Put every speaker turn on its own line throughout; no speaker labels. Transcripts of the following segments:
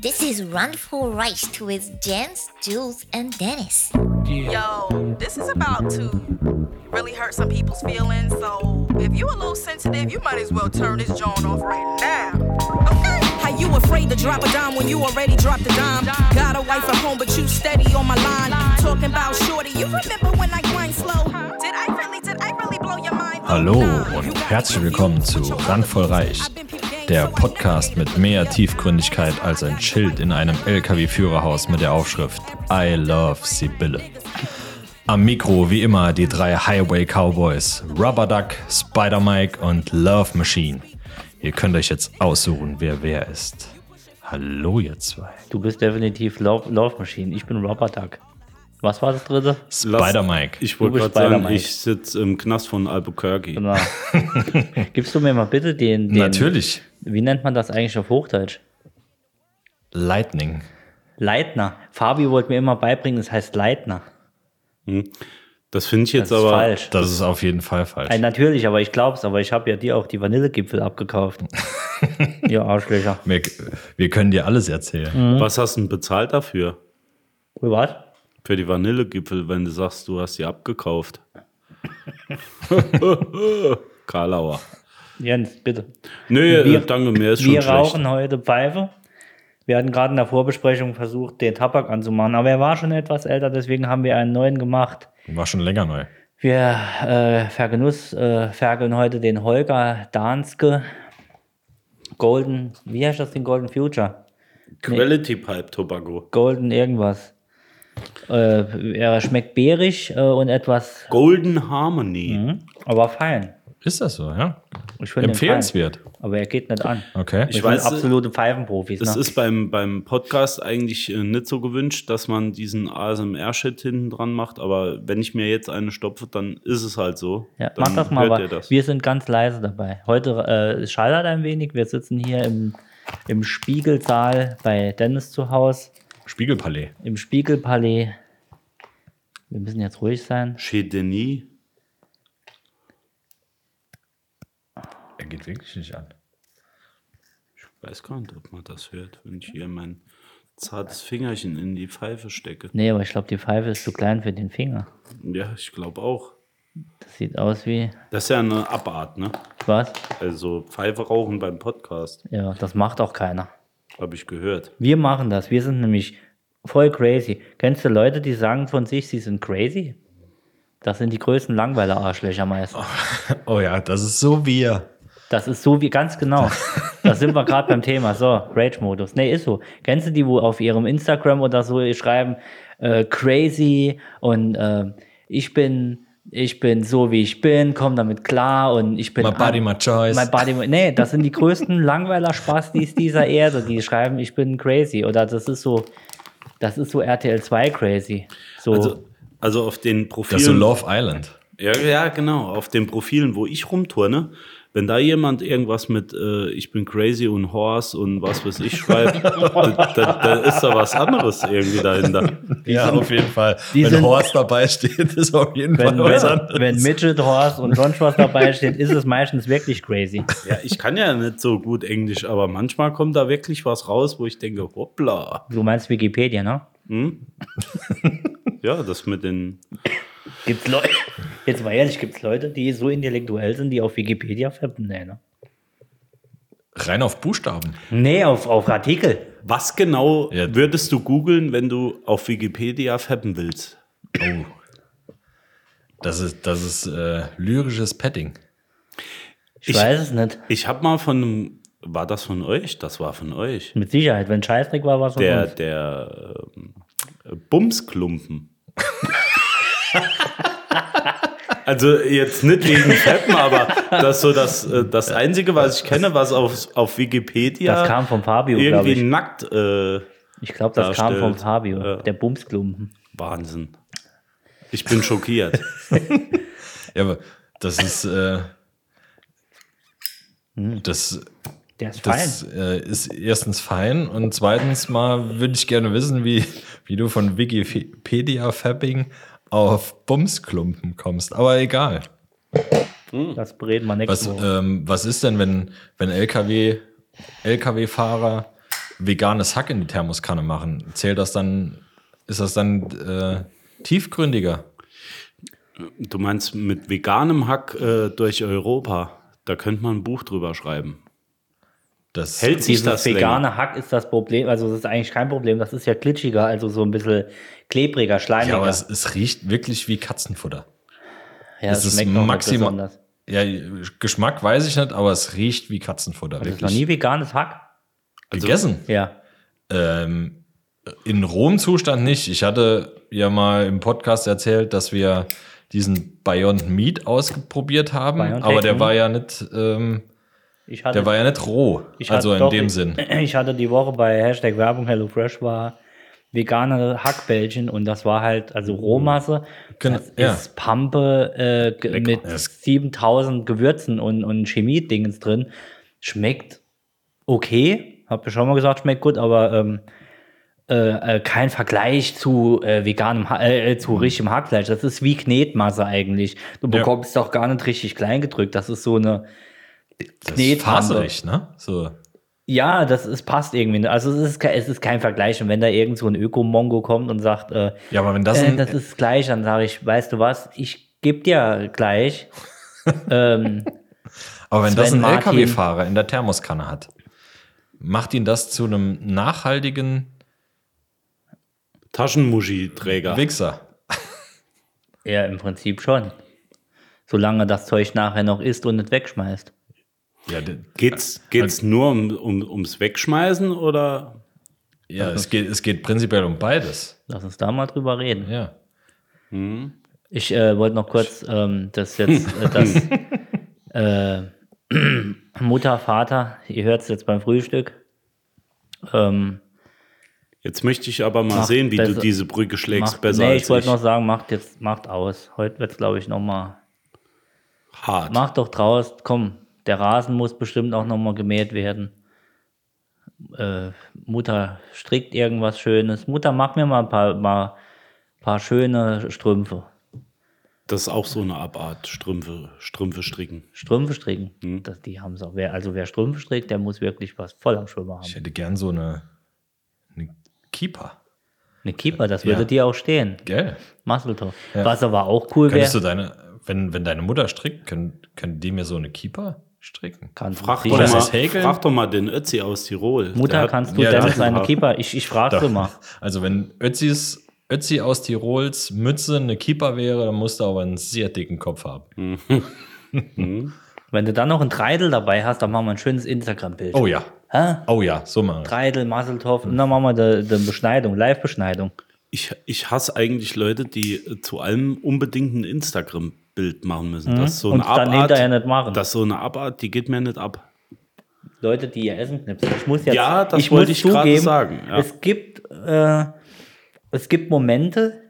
This is Run for Rice with Jens, Jules, and Dennis.
Yo, this is about to really hurt some people's feelings. So if you a little sensitive, you might as well turn this joint off right now. Okay.
How you afraid to drop a dime when you already dropped a dime? Got a wife at home, but you steady on my line. Talking about shorty, you remember when I grind slow? Did I really, did I really blow your mind? Oh,
Hallo
nah.
und
You got
herzlich
confused
willkommen zu
with your other
Randvoll
dudes.
Reich,
I've been peep game,
der
so I never
Podcast
hated
mit
it.
mehr Tiefgründigkeit als ein Schild in einem LKW-Führerhaus mit der Aufschrift I Love Sibylle. Am Mikro wie immer die drei Highway Cowboys, Rubber Duck, Spider Mike und Love Machine. Ihr könnt euch jetzt aussuchen, wer wer ist. Hallo ihr zwei.
Du bist definitiv Love, Love Machine. Ich bin Rubber Duck. Was war das dritte?
Lass-
Spider Mike.
Ich
Du
wollte
bist
gerade sagen,
Spider-Mike.
ich sitze im Knast von Albuquerque.
Genau. Gibst du mir mal bitte den, den.
Natürlich.
Wie nennt man das eigentlich auf Hochdeutsch?
Lightning.
Leitner. Fabi wollte mir immer beibringen, es heißt Leitner.
Das finde ich jetzt
Das ist
aber.
falsch.
Das ist auf jeden Fall
Äh,
falsch.
natürlich, aber ich glaub's, aber ich habe ja dir auch die Vanillegipfel abgekauft. Ihr Arschlöcher.
Wir, wir können dir alles erzählen.
ne?
Was hast du denn bezahlt dafür?
Privat?
Für die Vanillegipfel, wenn du sagst, du hast die abgekauft. Karlauer.
Jens, bitte.
Nee,
Wir-
äh, danke, mir ist schon
Wir
schlecht.
rauchen heute Pfeife. Wir hatten gerade in der Vorbesprechung versucht, den Tabak anzumachen, aber er war schon etwas älter, deswegen haben wir einen neuen gemacht.
War schon länger neu.
Wir äh, vergenuss, äh, vergeln heute den Holger Danske Golden, wie heißt das den Golden Future?
Quality Pipe Tobacco.
Golden irgendwas. Äh, er schmeckt beerig äh, und etwas, hm?
Golden Harmony.
Mhm. aber fein.
Ist das so, ja?
Ich find den
Empfehlenswert.
Fein, aber er geht nicht an.
Okay.
Wir
Ich weiß, äh,
sind absolute Pfeifenprofis.
Es
ne?
ist beim, beim Podcast eigentlich äh, nicht so gewünscht, dass man diesen ASMR-Shit hinten dran macht, aber wenn ich mir jetzt eine stopfe, dann ist es halt so.
Ja,
dann
mach das mal,
hört
aber
ihr das.
wir sind ganz leise dabei. Heute äh, es schallert ein wenig. Wir sitzen hier im, im Spiegelsaal bei Dennis zu Hause,
Spiegelpalais.
im Spiegelpalais. Wir müssen jetzt ruhig sein.
Chez Denis.
Er geht wirklich nicht an.
Weiß gar nicht, ob man das hört, wenn ich hier mein zartes Fingerchen in die Pfeife stecke.
Nee, aber ich glaube, die Pfeife ist zu klein für den Finger.
Ja, ich glaube auch.
Das sieht aus wie.
Das ist ja eine Abart, ne?
Was?
Also Pfeife rauchen beim Podcast,
Ja, das macht auch keiner.
habe ich gehört.
Wir machen das. Wir sind nämlich voll crazy. Kennst du Leute, die sagen von sich, sie sind crazy? Das sind die größten Langweiler-Arschlöcher meistens.
Oh ja, das ist so wir.
Das ist so wie ganz genau. Da sind wir gerade beim Thema. So, Rage-Modus. Nee, ist so. Kennst du die, wo auf ihrem Instagram oder so schreiben, äh, crazy und äh, ich bin, ich bin so wie ich bin, komm damit klar und ich bin.
My body, my choice.
My body, my- nee, das sind die größten Langweiler-Spastis dieser Erde, die schreiben, ich bin crazy. Oder das ist so, das ist so RTL 2 crazy. So,
Also, also auf den Profilen.
Das ist so Love Island.
Ja, ja, genau. Auf den Profilen, wo ich rumturne, wenn da jemand irgendwas mit äh, Ich bin crazy und Horse und was weiß ich schreibt, da, da, da ist da was anderes irgendwie dahinter.
ja, auf jeden Fall.
die
Wenn
sind-
Horst dabei steht, ist auf jeden
wenn,
Fall was anderes.
wenn, wenn Midget Horse und sonst was dabei steht, ist es meistens wirklich crazy.
Ja, ich kann ja nicht so gut Englisch, aber manchmal kommt da wirklich was raus, wo ich denke, hoppla.
Du meinst Wikipedia, ne?
Ja, das mit den.
Gibt's Leute, jetzt mal ehrlich, gibt's Leute, die so intellektuell sind, die auf Wikipedia fappen? Nee, ne?
Rein auf Buchstaben.
Nee, auf, auf Artikel.
Was genau
Ja.
würdest du googeln, wenn du auf Wikipedia fappen willst?
Oh. Das ist, das ist äh, lyrisches Padding.
Ich,
Ich-
weiß es nicht.
Ich habe mal von einem. War das von euch? Das war von euch.
Mit Sicherheit, wenn Scheißdreck war, war es von
Der,
uns.
der ähm, Bumsklumpen. also jetzt nicht wegen Fappen, aber das ist so das, äh, das Einzige, was ich kenne, was auf, auf Wikipedia
Das kam von Fabio, glaube
irgendwie
ich.
nackt. Äh,
Ich glaube, das kam
darstellt.
von Fabio,
äh,
Ja.
der Bumsklumpen.
Wahnsinn. Ich bin schockiert.
Ja, aber das ist. Äh, das
Der ist
das
fein.
äh, ist erstens fein und zweitens mal würde ich gerne wissen, wie, wie du von Wikipedia Fapping auf Bumsklumpen kommst. Aber egal.
Das
äh,
bereden wir nächste
Was,
Woche.
ähm, was ist denn, wenn, wenn LKW, LKW-Fahrer veganes Hack in die Thermoskanne machen, zählt das dann, ist das dann äh, tiefgründiger?
Du meinst mit veganem Hack äh, durch Europa, da könnte man ein Buch drüber schreiben.
Das
Hält sich
Dieses
das
vegane
länger?
Hack ist das Problem, also das ist eigentlich kein Problem, das ist ja glitschiger, also so ein bisschen klebriger, schleimiger.
ja, aber es, es riecht wirklich wie Katzenfutter.
Ja,
Es
das
ist
schmeckt noch nicht
maximal.
besonders.
Ja, Geschmack weiß ich nicht, aber es riecht wie Katzenfutter.
Das ist noch
wirklich.
nie also- veganes Hack?
gegessen.
Ja.
Ähm, in Rom-Zustand nicht. Ich hatte ja mal im Podcast erzählt, dass wir diesen Beyond Meat ausprobiert haben,
Beyond
aber der
Meat,
war ja nicht, ähm,
Ich hatte,
der war ja nicht roh.
ich hatte
also in
doch-
dem Sinn.
Ich hatte die Woche bei Hashtag Werbung HelloFresh war vegane Hackbällchen und das war halt, also Rohmasse.
Genau,
das
ja.
ist Pampe äh, ge- mit
Ja, es-
7000 Gewürzen und, und Chemie-Dingens drin. Schmeckt okay. Hab ja schon mal gesagt, schmeckt gut, aber ähm, äh, äh, kein Vergleich zu äh, veganem, ha äh, äh, zu richtigem Hackfleisch. Das ist wie Knetmasse eigentlich. Du
Hm. Ja.
bekommst auch gar nicht richtig klein gedrückt. Das ist so eine
Das ist
Knetpampe.
faserig, ne? So.
Ja, das ist, passt irgendwie. nicht. Also es ist, ke- es ist kein Vergleich. Und wenn da irgend so ein Öko-Mongo kommt und sagt, äh,
Ja, aber wenn das,
äh,
ein,
das ist gleich, dann sage ich, weißt du was, ich geb dir gleich. ähm,
aber wenn das
Sven
ein
Martin-
LKW-Fahrer in der Thermoskanne hat, macht ihn das zu einem nachhaltigen
Taschenmuschi-Träger.
Wichser.
ja, im Prinzip schon. Solange das Zeug nachher noch isst und nicht wegschmeißt.
Ja, de-
Geht's, geht's
also-
nur um, um, ums Wegschmeißen oder?
ja es, geht, es geht prinzipiell um beides.
Lass uns da mal drüber reden.
Ja.
Ich äh, wollte noch kurz ähm, das jetzt, äh, das äh, Mutter, Vater, ihr hört es jetzt beim Frühstück. Ähm,
Jetzt möchte ich aber mal
Macht
sehen, wie du
besser-
diese Brücke schlägst.
macht,
besser
nee,
als
ich wollte
ich.
noch sagen, macht jetzt, macht aus. Heute wird es, glaube ich, nochmal.
Hart.
Macht doch draus, komm, der Rasen muss bestimmt auch nochmal gemäht werden. Äh, Mutter strickt irgendwas Schönes. Mutter, mach mir mal ein paar, mal, paar schöne Strümpfe.
Das ist auch so eine Abart, Strümpfe, Strümpfe stricken.
Strümpfe stricken,
Hm.
das, die haben auch. Wer, also wer Strümpfe strickt, der muss wirklich was voll am Schwimmer
Ich
haben.
hätte gern so eine, eine Keeper.
Eine Keeper, das würde dir auch stehen.
Gell?
Masseltoff. Was aber auch cool wäre.
Könntest du deine, wenn, wenn deine Mutter strickt, können, können die mir so eine Keeper stricken?
Kannst
Frag
du
doch,
das
sicher.
mal,
ist Häkeln?
frag doch mal den Ötzi aus Tirol. Der
Mutter,
hat-
kannst du
ja,
Dennis
doch.
eine Keeper? Ich, ich frage sie mal.
Also wenn Ötzis, Ötzi aus Tirols Mütze eine Keeper wäre, dann musst du aber einen sehr dicken Kopf haben.
Wenn du dann noch ein Dreidel dabei hast, dann machen wir ein schönes Instagram-Bild.
Oh ja.
Hä?
Oh ja, so mal.
Dreidel, Masseltoff und dann machen wir die, die Beschneidung, Live-Beschneidung.
Ich, ich hasse eigentlich Leute, die äh, zu allem unbedingt ein Instagram-Bild machen müssen. Das ist so
Mhm. Und
eine
dann
Abart,
hinterher nicht machen.
Das ist so eine Abart, die geht mir nicht ab.
Leute, die ihr Essen knipsen. Ich muss jetzt,
Ja, das
muss
wollte ich gerade
zugeben,
sagen, ja.
Es gibt, äh, es gibt Momente,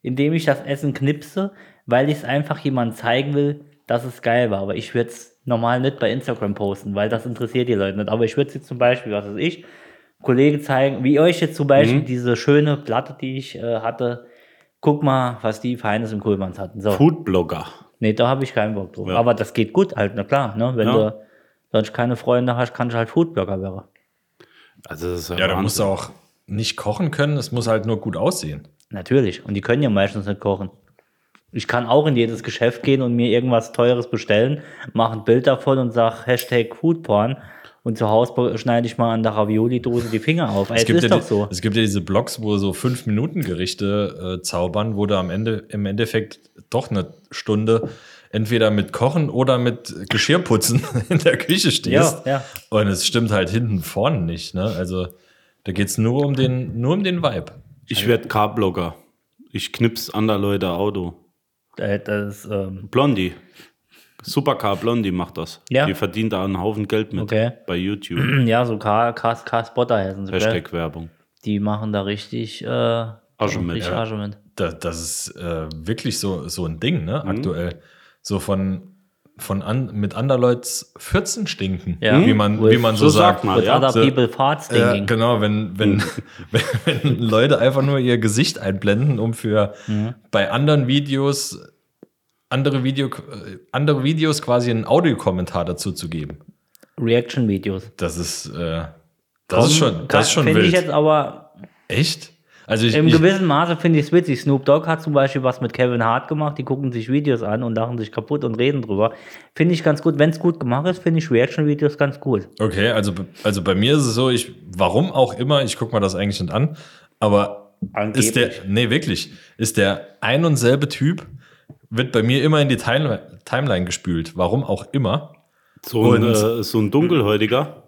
in denen ich das Essen knipse, weil ich es einfach jemandem zeigen will, dass es geil war. Aber ich würde es normal nicht bei Instagram posten, weil das interessiert die Leute nicht. Aber ich würde es jetzt zum Beispiel, was weiß ich, Kollegen zeigen, wie euch jetzt zum Beispiel
Mhm.
diese schöne Platte, die ich äh, hatte. Guck mal, was die Feines und Kohlmanns hatten. So.
Foodblogger.
Nee, da habe ich keinen Bock drauf.
Ja.
Aber das geht gut halt, na klar. Ne? Wenn
Ja.
du sonst keine Freunde hast, kannst du halt Foodblogger werden.
Also das ist ja,
Ja, da
Wahnsinn.
musst du auch nicht kochen können, es muss halt nur gut aussehen.
Natürlich. Und die können ja meistens nicht kochen. Ich kann auch in jedes Geschäft gehen und mir irgendwas Teures bestellen, mache ein Bild davon und sag Hashtag Foodporn und zu Hause be- schneide ich mal an der Ravioli-Dose die Finger auf. Ey, Es,
gibt
ist
ja
doch
die-
so.
Es gibt ja diese Blogs, wo so fünf Minuten Gerichte äh, zaubern, wo du am Ende im Endeffekt doch eine Stunde entweder mit Kochen oder mit Geschirrputzen in der Küche stehst.
Ja, ja.
Und es stimmt halt hinten vorne nicht. Ne? Also da geht's nur um den, nur um den Vibe.
Ich werde Carblogger. Ich knips andere Leute Auto.
Äh, Das, ähm,
Blondie. Supercar Blondie macht das.
Ja.
Die verdient da einen Haufen Geld mit
Okay.
bei YouTube.
ja, so K-Spotter heißen sie. gell?
Hashtag Werbung.
Die machen da richtig äh,
Asche mit,
richtig
ja.
Asche mit.
Da, das ist äh, wirklich so, so ein Ding, ne? Aktuell. So von, von an, mit Anderleuts 14 stinken,
Ja.
wie, man,
With-
wie man Mhm. so,
so
sagt.
sagt man,
With
ja.
other
So-
people farts
Ja,
Äh,
thinking.
genau, wenn,
Mhm.
wenn, wenn, wenn Leute einfach nur ihr Gesicht einblenden, um für
Mhm.
bei anderen Videos andere, Video, äh, andere Videos quasi einen Audiokommentar dazu zu geben.
Reaction-Videos.
Das ist, äh, Das ist schon, das ist schon
Finde Also ich
wild.
jetzt aber
Echt? Also ich,
im
ich,
gewissen Maße finde ich es witzig. Snoop Dogg hat zum Beispiel was mit Kevin Hart gemacht. Die gucken sich Videos an und lachen sich kaputt und reden drüber. Finde ich ganz gut. Wenn es gut gemacht ist, finde ich Reaction-Videos ganz gut.
Okay, also, also bei mir ist es so, ich, warum auch immer, ich gucke mir das eigentlich nicht an, aber ist der, nee, wirklich, ist der ein und selbe Typ, wird bei mir immer in die Time, Timeline gespült, warum auch immer.
So ein,
Und-
äh, so ein dunkelhäutiger.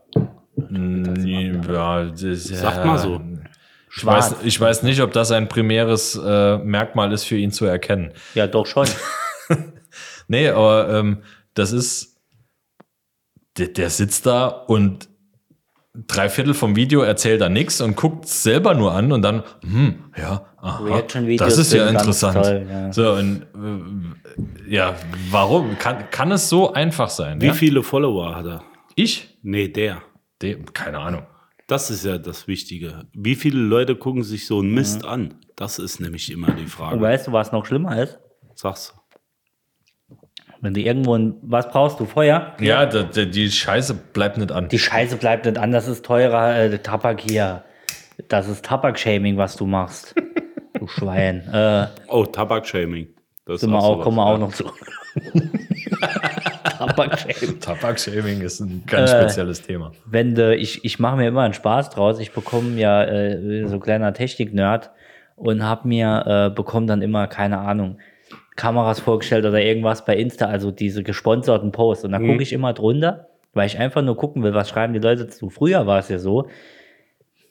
Ja, das,
Sagt mal so.
Ich weiß, ich weiß nicht, ob das ein primäres äh, Merkmal ist, für ihn zu erkennen.
Ja, doch schon.
Nee, aber ähm, das ist. Der, der sitzt da und drei Viertel vom Video erzählt er nichts und guckt selber nur an und dann, hm, ja, aha,
Reaction-Videos
das ist ja
sind ganz
interessant.
toll, ja.
So, und äh, ja, warum? Kann, kann es so einfach sein?
Wie
ja?
viele Follower hat er?
Ich?
Nee, der.
De, keine Ahnung.
Das ist ja das Wichtige. Wie viele Leute gucken sich so einen Mist an? Das ist nämlich immer die
Und
Frage.
weißt du, was noch schlimmer ist?
Sag's.
Wenn du irgendwo ein, was brauchst du? Feuer?
Ja, da- da- die Scheiße bleibt nicht an.
Die Scheiße bleibt nicht an, das ist teurer äh, Tabak hier. Das ist Tabak-Shaming, was du machst. du Schwein. Äh,
Oh, Tabakshaming. Das
sind wir
auch
auch, kommen wir auch
sowas,
noch zu. Tabak-Shaming.
Tabakshaming ist ein ganz
Äh.
spezielles Thema.
wenn du, ich, ich mache mir immer einen Spaß draus. Ich bekomme ja äh, so kleiner Technik-Nerd und habe mir, äh, bekomme dann immer, keine Ahnung, Kameras vorgestellt oder irgendwas bei Insta, also diese gesponserten Posts. Und da gucke ich immer drunter, weil ich einfach nur gucken will, was schreiben die Leute zu. Früher war es ja so,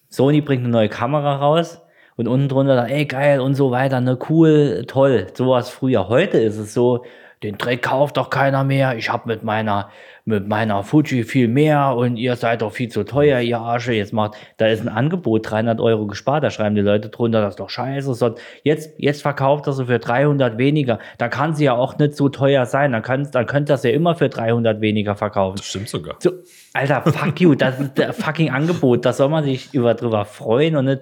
Sony bringt eine neue Kamera raus und unten drunter, dann, ey geil und so weiter, ne cool, toll, sowas früher. Heute ist es so, den Dreck kauft doch keiner mehr. Ich habe mit meiner mit meiner Fuji viel mehr und ihr seid doch viel zu teuer, ihr Arsche. Jetzt macht, da ist ein Angebot 300 Euro gespart. Da schreiben die Leute drunter, das ist doch scheiße. Sonst jetzt jetzt verkauft das so für 300 weniger. Da kann sie ja auch nicht so teuer sein. Dann kann dann könnt das ja immer für 300 weniger verkaufen.
Das stimmt sogar.
So, Alter, fuck you, das ist der fucking Angebot. Das soll man sich über drüber freuen und nicht.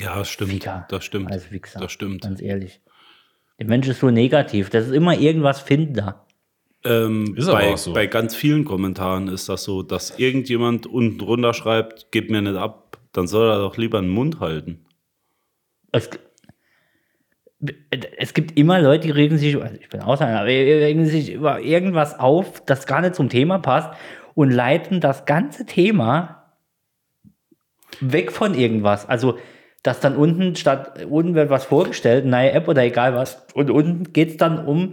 Ja, das stimmt.
Ficker.
Das stimmt.
Also, wie gesagt,
das stimmt.
Ganz ehrlich. Der Mensch ist so negativ. Das ist immer irgendwas finden da.
Ähm,
Ist aber
bei,
auch so.
bei ganz vielen Kommentaren ist das so, dass irgendjemand unten drunter schreibt, gib mir nicht ab, dann soll er doch lieber den Mund halten.
Es, es gibt immer Leute, die regen sich, also ich bin Ausländer, aber die regen sich über irgendwas auf, das gar nicht zum Thema passt und leiten das ganze Thema weg von irgendwas. Also, dass dann unten statt, unten wird was vorgestellt, neue App oder egal was, und unten geht es dann um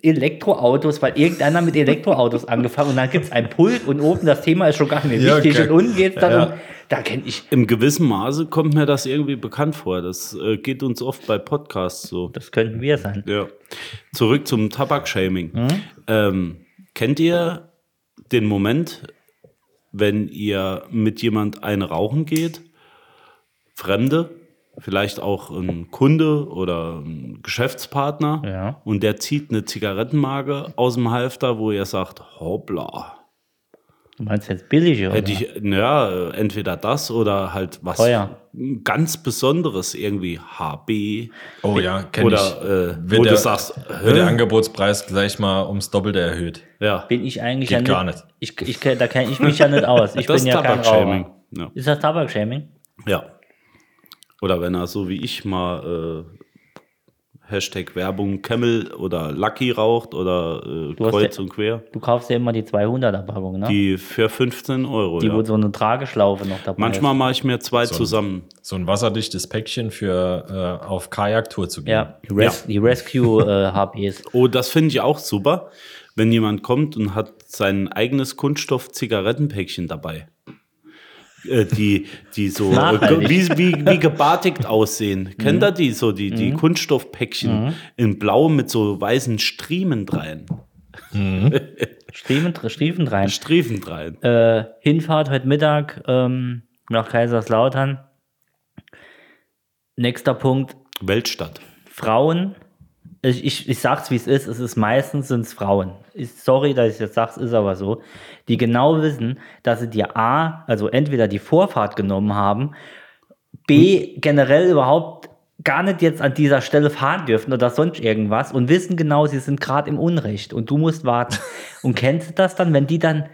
Elektroautos, weil irgendeiner mit Elektroautos angefangen und dann gibt es ein Pult und oben das Thema ist schon gar nicht
Ja,
wichtig
okay.
und unten geht es dann
Ja.
um, da kenne ich,
Im gewissen Maße kommt mir das irgendwie bekannt vor. Das äh, geht uns oft bei Podcasts so.
das könnten wir sein.
Ja. Zurück zum Tabakshaming. Ähm, kennt ihr den Moment, wenn ihr mit jemand ein rauchen geht, Fremde, vielleicht auch ein Kunde oder ein Geschäftspartner,
Ja.
und der zieht eine Zigarettenmarke aus dem Halfter, wo ihr sagt, hoppla.
Du meinst jetzt billige, oder?
Hätte ich, naja, entweder das oder halt was
Teuer.
ganz Besonderes, irgendwie HB
Oh ja, kenn ich.
oder äh,
Wird
wo
der-
du sagst,
Wird der
hä?
Angebotspreis gleich mal ums Doppelte erhöht.
ja.
bin ich eigentlich
Geht
ja
gar
nicht.
nicht.
Ich, ich, kenn- da kenne ich mich ja nicht aus. Ich
das
bin
ist
ja kein
Tabakshaming.
Raucher.
Ja.
Ist das Tabakshaming?
ja. Oder wenn er so wie ich mal äh, Hashtag Werbung Camel oder Lucky raucht oder äh,
hast
Kreuz
ja-
und Quer.
Du kaufst ja immer die 200er Packung, ne? Die,
Die für 15 Euro. ja.
wo so eine Trageschlaufe noch dabei
Manchmal
ist.
mache ich mir zwei zusammen.
So ein wasserdichtes Päckchen für äh, auf Kajaktour zu gehen.
Ja, die, Res die Rescue äh, HPs.
Oh, das finde ich auch super, wenn jemand kommt und hat sein eigenes Kunststoff-Zigarettenpäckchen dabei. Äh, die, die so
Nachhaltig. Mhm.
äh, wie, wie, wie gebartigt aussehen. Kennt ihr die so, die, die Kunststoffpäckchen in blau mit so weißen Striemen dreien?
Striefen, Striefen rein.
Striefen dreien.
Äh, Hinfahrt heute Mittag ähm, nach Kaiserslautern. Nächster Punkt,
Weltstadt.
Frauen, ich, ich, ich sag's wie es ist, es ist meistens sind's Frauen. Ist- sorry, dass ich jetzt sag's, ist aber so, die genau wissen, dass sie dir A, also entweder die Vorfahrt genommen haben, B, generell überhaupt gar nicht jetzt an dieser Stelle fahren dürfen oder sonst irgendwas und wissen genau, sie sind gerade im Unrecht und du musst warten. und kennst du das dann, wenn die dann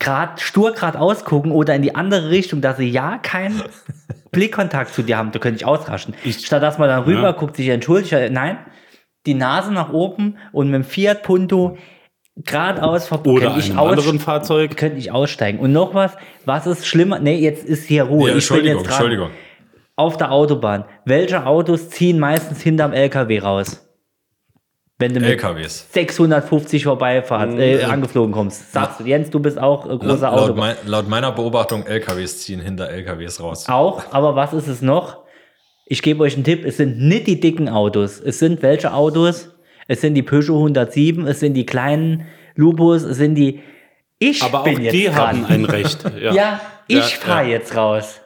grad, stur grad ausgucken oder in die andere Richtung, dass sie ja keinen Blickkontakt zu dir haben. Da könnte ich ausraschen. Statt dass man dann rüber
Ja.
guckt, sich entschuldigt. äh, Nein, die Nase nach oben und mit dem Fiat Punto geradeaus vorbei.
Oder
Könnte ich
einem
aus-
anderen Fahrzeug.
Könnte ich aussteigen. Und noch was, was ist schlimmer? Nee, jetzt ist hier Ruhe.
Ja,
Oh, ich bin
Entschuldigung,
jetzt dran.
Entschuldigung.
Auf der Autobahn. Welche Autos ziehen meistens hinterm LKW raus? Wenn du mit
LKWs.
650 vorbeifahren, äh, angeflogen kommst. Sagst du, Jens, du bist auch äh, großer
laut,
Autobahn.
mein, laut meiner Beobachtung, LKWs ziehen hinter LKWs raus.
Auch, aber was ist es noch? Ich gebe euch einen Tipp, es sind nicht die dicken Autos. Es sind welche Autos? Es sind die Peugeot 107, es sind die kleinen Lupus, es sind die... Ich
Aber auch
bin jetzt
die
dran.
haben ein Recht. Ja,
Ja, ich
Ja,
fahre
ja.
jetzt raus.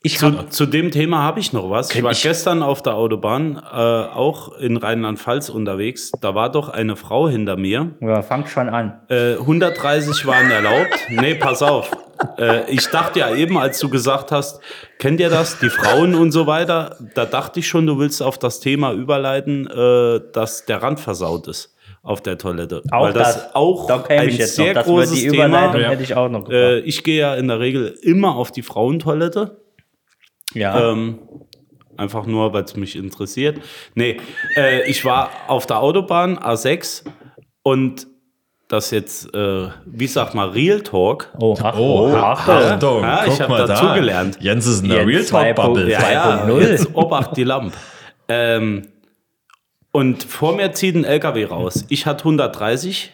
Ich
Zu,
hab,
zu dem Thema habe ich noch was. Ich war
ich-
gestern auf der Autobahn, äh, auch in Rheinland-Pfalz unterwegs. Da war doch eine Frau hinter mir.
ja, fangt schon an.
Äh, 130 waren erlaubt. Nee, pass auf. Äh, ich dachte ja eben, als du gesagt hast, kennt ihr das, die Frauen und so weiter, da dachte ich schon, du willst auf das Thema überleiten, äh, dass der Rand versaut ist auf der Toilette.
Auch
Weil das,
das.
auch
Da käme
ein
ich jetzt noch.
sehr
Das wird
großes
die Überleitung,
Thema.
hätte ich auch noch gebracht.
Äh, ich gehe ja in der Regel immer auf die Frauentoilette.
Ja.
Ähm, einfach nur, weil es mich interessiert. Nee, äh, ich war auf der Autobahn A6 und das jetzt, äh, wie sagt man, Real Talk.
oh, ach,
Oh,
oh, Ah, ach,
Achtung,
Ja,
guck
ich hab
mal da.
dazugelernt.
Jens ist in der
Jens
Real Talk
2.0.
Bubble.
Ja,
jetzt obacht die Lampe. Ähm, und vor mir zieht ein LKW raus. Ich hatte 130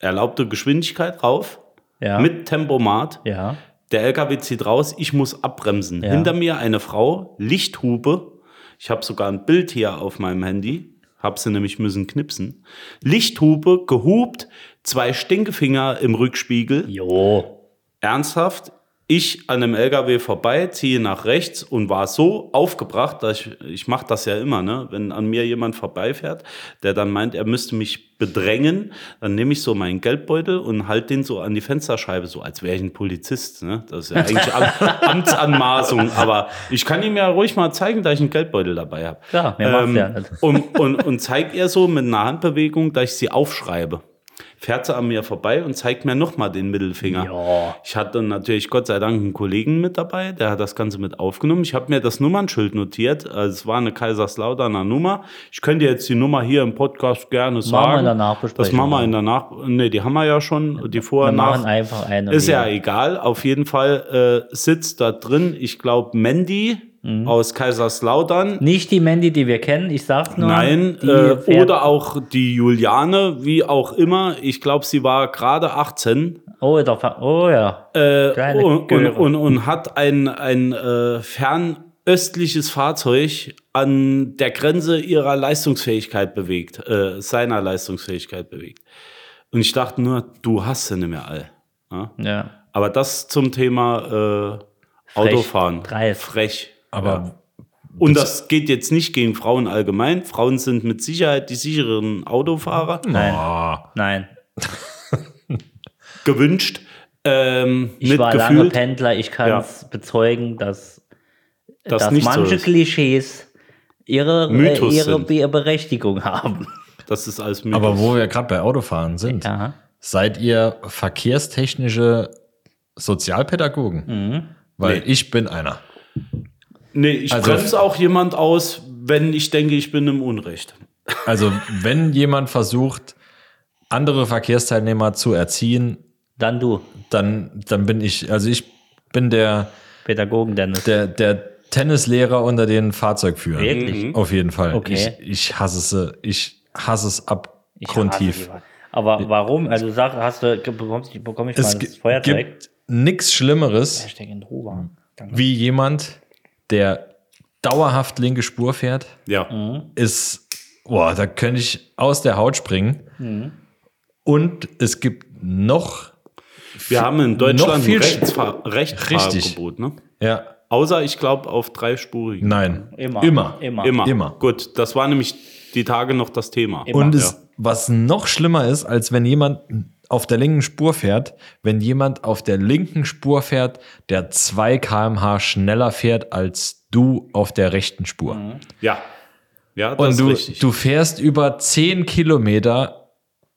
erlaubte Geschwindigkeit rauf
ja.
mit Tempomat.
ja.
Der LKW zieht raus, ich muss abbremsen.
Ja.
Hinter mir eine Frau, Lichthupe. Ich habe sogar ein Bild hier auf meinem Handy. Hab sie nämlich müssen knipsen. Lichthupe, gehupt, zwei Stinkefinger im Rückspiegel.
Jo.
Ernsthaft, ich an einem LKW vorbei, ziehe nach rechts und war so aufgebracht, dass ich, ich mache das ja immer, ne? wenn an mir jemand vorbeifährt, der dann meint, er müsste mich bedrängen, dann nehme ich so meinen Geldbeutel und halte den so an die Fensterscheibe, so als wäre ich ein Polizist. Ne? Das ist ja eigentlich Am Amtsanmaßung, aber ich kann ihm ja ruhig mal zeigen, dass ich einen Geldbeutel dabei habe.
Klar, mehr macht's ja nicht.
Und, und, und zeigt ihr so mit einer Handbewegung, dass ich sie aufschreibe. Fährt sie an mir vorbei und zeigt mir nochmal den Mittelfinger.
Ja.
Ich hatte natürlich Gott sei Dank einen Kollegen mit dabei, der hat das Ganze mit aufgenommen. Ich habe mir das Nummernschild notiert. Also Es war eine Kaiserslauterner Nummer. Ich könnte jetzt die Nummer hier im Podcast gerne sagen.
wir in der Nachbesprechung.
Das machen wir in der Nach... Nee, die haben wir ja schon. Die vorher
Wir machen
nach...
einfach eine.
Ist ja
wieder.
egal. Auf jeden Fall äh, sitzt da drin, ich glaube, Mandy
Mhm.
aus Kaiserslautern.
Nicht die Mandy, die wir kennen, ich sag's nur.
Nein,
die
äh,
fährt-
oder auch die Juliane, wie auch immer. Ich glaube, sie war gerade 18
Oh, da fa- oh ja.
äh,
Kleine
und, und,
Göre.
und, und hat ein, ein äh, fernöstliches Fahrzeug an der Grenze ihrer Leistungsfähigkeit bewegt, äh, seiner Leistungsfähigkeit bewegt. Und ich dachte nur, du hast sie nicht mehr all. Ja?
ja.
Aber das zum Thema äh,
Frech.
Autofahren.
Dreist.
Frech.
Aber
Und das geht jetzt nicht gegen Frauen allgemein. Frauen sind mit Sicherheit die sicheren Autofahrer.
oh,
Nein. Nein.
Gewünscht. Ähm,
Ich
nicht
war lange
gefühlt.
Pendler, ich kann's bezeugen, dass
das
dass
nicht so
manche
ist.
Klischees ihre,
Mythos
ihre
sind.
Be- Berechtigung haben.
Das ist alles Mythos.
Aber wo wir gerade bei Autofahren sind,
Ja.
seid ihr verkehrstechnische Sozialpädagogen?
Mhm.
Weil ich bin einer.
Nee, ich
Also-
bremse auch jemand aus, wenn ich denke, ich bin im Unrecht.
Also wenn jemand versucht, andere Verkehrsteilnehmer zu erziehen,
Dann du,
dann, dann bin ich, also ich bin der,
Pädagogen Dennis.
der, der Tennislehrer unter den Fahrzeugführern. Mhm.
Wirklich?
Auf jeden Fall.
Okay.
Ich, ich hasse es, äh, ich hasse es
Ich hasse
abgrundtief.
die Wahl. Aber warum? Also sag, hast du, bekommst, bekomme ich mal
Es
das
gi-
Feuerzeug?
gibt nichts Schlimmeres,
Hashtag in Ruhe.
Hm.
Danke.
wie jemand, der dauerhaft linke Spur fährt,
Ja.
Mhm.
ist, boah, da könnte ich aus der Haut springen. Und es gibt noch,
Wir haben in Deutschland
viel
ein Rechtsfahr Rechtsfahrgebot, ne?
ja,
Außer, ich glaube, auf dreispurigen.
nein,
Immer.
immer.
Immer.
Immer.
Immer.
Gut, das war nämlich die Tage noch das Thema.
Und
Ja.
es, was noch schlimmer ist, als wenn jemand auf der linken Spur fährt, wenn jemand auf der linken Spur fährt, der 2 km/h schneller fährt als du auf der rechten Spur.
ja. Ja,
Und
das
du,
ist richtig.
du fährst über 10 Kilometer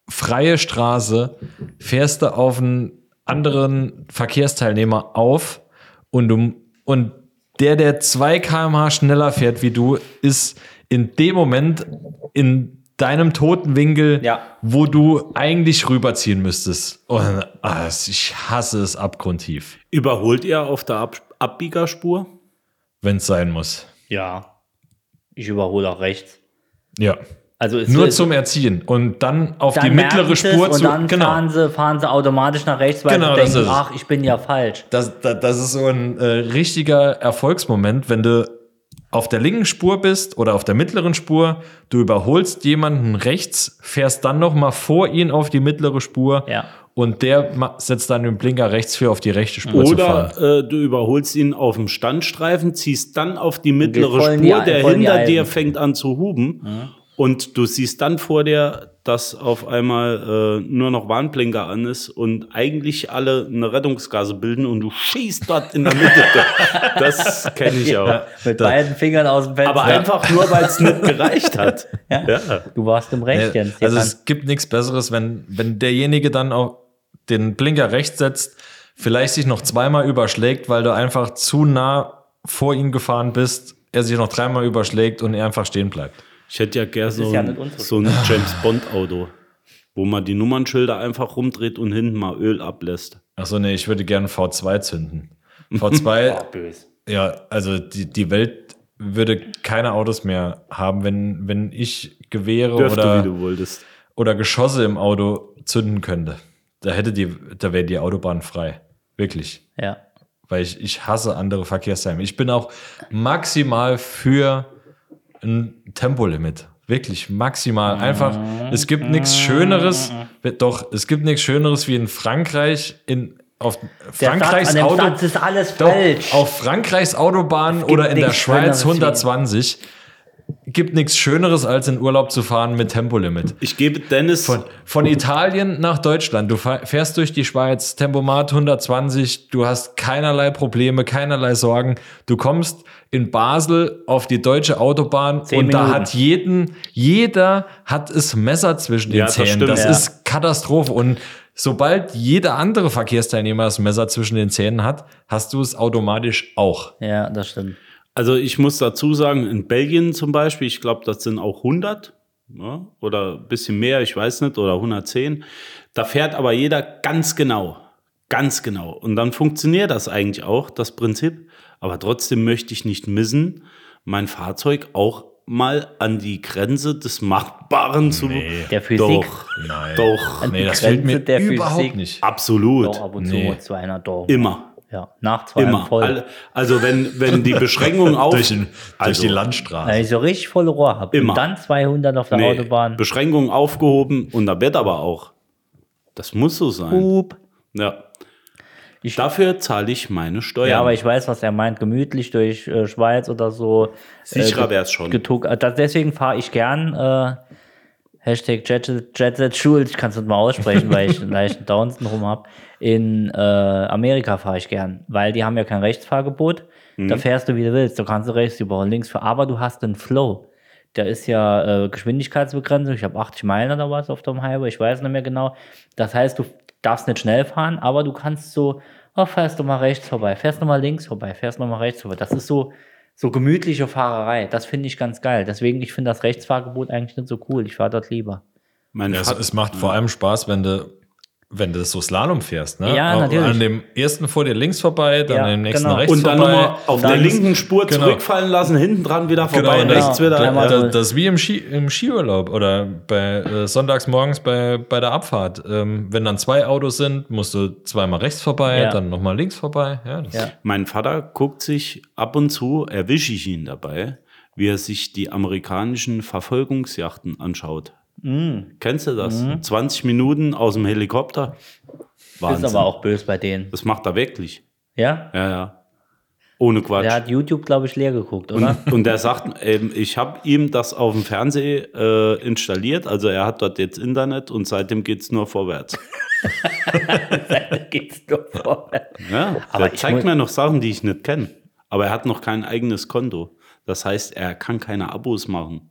freie Straße, fährst du auf einen anderen Verkehrsteilnehmer auf und, du, und der, der 2 km/h schneller fährt wie du, ist in dem Moment in deinem toten Winkel,
Ja.
wo du eigentlich rüberziehen müsstest. Und, ah, es- ich hasse es abgrundtief,
Überholt ihr auf der Ab Abbiegerspur?
wenn es sein muss.
Ja. Ich überhole auch rechts.
Ja.
Also es
Nur
es-
zum Erziehen und dann auf
dann
die mittlere
merken sie es
Spur
und
zu.
dann fahren, sie, fahren sie automatisch nach rechts, weil
Genau,
sie
das
denken,
ist es.
ach, ich bin ja falsch.
Das, das, das ist so ein äh, richtiger Erfolgsmoment, wenn du auf der linken Spur bist oder auf der mittleren Spur, du überholst jemanden rechts, fährst dann nochmal vor ihn auf die mittlere Spur
Ja.
und der ma- setzt dann den Blinker rechts für auf die rechte Spur zu fahren.
Oder äh, du überholst ihn auf dem Standstreifen, ziehst dann auf die mittlere
voll in die
Spur,
Ei-
der
voll in die
hinter
Alpen.
dir fängt an zu huben und du siehst dann vor dir, dass auf einmal äh, nur noch Warnblinker an ist und eigentlich alle eine Rettungsgase bilden und du schießt dort in der Mitte. das kenne ich auch.
Mit beiden Fingern aus dem Fenster.
Aber einfach nur, weil es nicht gereicht hat. Ja.
du warst im Recht,
Ja,
Jens. Jetzt
also
kannst-
es gibt nichts Besseres, wenn, wenn derjenige dann auch den Blinker rechts setzt, vielleicht sich noch zweimal überschlägt, weil du einfach zu nah vor ihn gefahren bist, er sich noch dreimal überschlägt und er einfach stehen bleibt.
Ich hätte ja gern so,
ist ja
ein-
nicht unsere
so ein James Bond Auto, wo man die Nummernschilder einfach rumdreht und hinten mal Öl ablässt.
Achso, nee, ich würde gerne V2 zünden. V2,
böse.
ja, also die, die Welt würde keine Autos mehr haben, wenn, wenn ich Gewehre
Dürfte,
oder,
wie du wolltest.
oder Geschosse im Auto zünden könnte. Da hätte die, da wäre die Autobahn frei. Wirklich.
Ja.
weil ich, ich hasse andere Verkehrsteilnehmer. Ich bin auch maximal für ein Tempolimit. Wirklich maximal. Einfach, es gibt nichts Schöneres, doch, es gibt nichts Schöneres wie in Frankreich, in, auf
Der
Frankreichs
Satz an dem
Auto.
Satz ist alles
Doch,
falsch.
auf Frankreichs Autobahn
gibt
oder in der
nichts
Schweiz
Schöneres wie-
120 gibt nichts Schöneres, als in Urlaub zu fahren mit Tempolimit.
Ich gebe Dennis
Von, von Italien nach Deutschland. Du fahr- fährst durch die Schweiz, Tempomat 120, du hast keinerlei Probleme, keinerlei Sorgen. Du kommst in Basel auf die deutsche Autobahn und da
Minuten.
hat jeden, jeder hat es Messer zwischen den
Ja, das
Zähnen.
stimmt.
Das,
Ja.
ist Katastrophe. Und sobald jeder andere Verkehrsteilnehmer das Messer zwischen den Zähnen hat, hast du es automatisch auch.
Ja, das stimmt.
Also ich muss dazu sagen, in Belgien zum Beispiel, ich glaube, das sind auch 100 ne, oder ein bisschen mehr, ich weiß nicht, oder 110. Da fährt aber jeder ganz genau, ganz genau. Und dann funktioniert das eigentlich auch, das Prinzip. Aber trotzdem möchte ich nicht missen, mein Fahrzeug auch mal an die Grenze des Machbaren zu...
Der Physik.
Doch,
Nein.
doch,
Nee, das
Grenze
fällt mir
der Physik.
überhaupt nicht.
absolut,
Doch, ab und zu
Nee.
mal 200 Euro.
immer.
Ja, nach 200
Immer.
voll.
Alle- Also wenn, wenn die Beschränkung auf...
Durch, den, durch
Also-
die Landstraße.
Weil ich so richtig voll Rohr habe.
Immer.
Und dann 200 auf der
Nee,
Autobahn.
Beschränkungen aufgehoben und da wird aber auch. Das muss so sein.
Boop.
Ja.
Uh. Ich-
Dafür zahle ich meine Steuern.
Ja, aber ich weiß, was er meint. Gemütlich durch äh, Schweiz oder so.
Sicherer
ge-
wär's schon.
Getuck, äh, das, deswegen fahre ich gern. Äh, Hashtag Jet, Jet Set Schuld. Ich kann es nicht mal aussprechen, weil ich einen leichten Down-Syndrom habe. In äh, Amerika fahre ich gern, weil die haben ja kein Rechtsfahrgebot.
Mhm.
Da fährst du, wie du willst. Du kannst du rechts überholen, links fahren. Aber du hast einen Flow. Da ist ja äh, Geschwindigkeitsbegrenzung. Ich habe 80 Meilen oder was auf dem Highway. Ich weiß nicht mehr genau. Das heißt, du darfst nicht schnell fahren, aber du kannst so, oh, fährst du mal rechts vorbei, fährst du mal links vorbei, fährst du mal rechts vorbei. Das ist so, so gemütliche Fahrerei. Das finde ich ganz geil. Deswegen, ich finde das Rechtsfahrgebot eigentlich nicht so cool. Ich fahre dort lieber.
mein
Ja, es,
Vater-
es macht vor allem Spaß, wenn du, wenn du so Slalom fährst. Ne?
Ja,
An-
natürlich.
An dem ersten vor dir links vorbei, dann
Ja,
an dem nächsten
genau.
rechts
und dann
vorbei.
nochmal auf der
Dann-
linken Spur
genau.
zurückfallen lassen, hinten dran wieder
genau,
vorbei,
und
rechts
das,
genau.
wieder.
Dreimal
da-
durch.
das, das ist wie im, Ski, im Skiurlaub oder bei, äh, sonntags morgens bei, bei der Abfahrt. Ähm, wenn dann zwei Autos sind, musst du zweimal rechts vorbei,
Ja.
dann nochmal links vorbei. Ja, das
Ja.
Mein Vater guckt sich ab und zu, erwische ich ihn dabei, wie er sich die amerikanischen Verfolgungsjachten anschaut.
Mm.
Kennst du das? 20 Minuten aus dem Helikopter. Wahnsinn.
Ist aber auch böse bei denen.
das macht er wirklich.
Ja?
Ja, ja. Ohne Quatsch.
Der hat YouTube, glaube ich, leer geguckt, oder?
Und, und er sagt, ähm, ich habe ihm das auf dem Fernseher äh, installiert, also er hat dort jetzt Internet und seitdem geht es nur vorwärts.
Geht's doch vorwärts.
Ja,
Aber
er
ich
zeigt
muss-
mir noch Sachen, die ich nicht kenne. Aber er hat noch kein eigenes Konto. Das heißt, er kann keine Abos machen.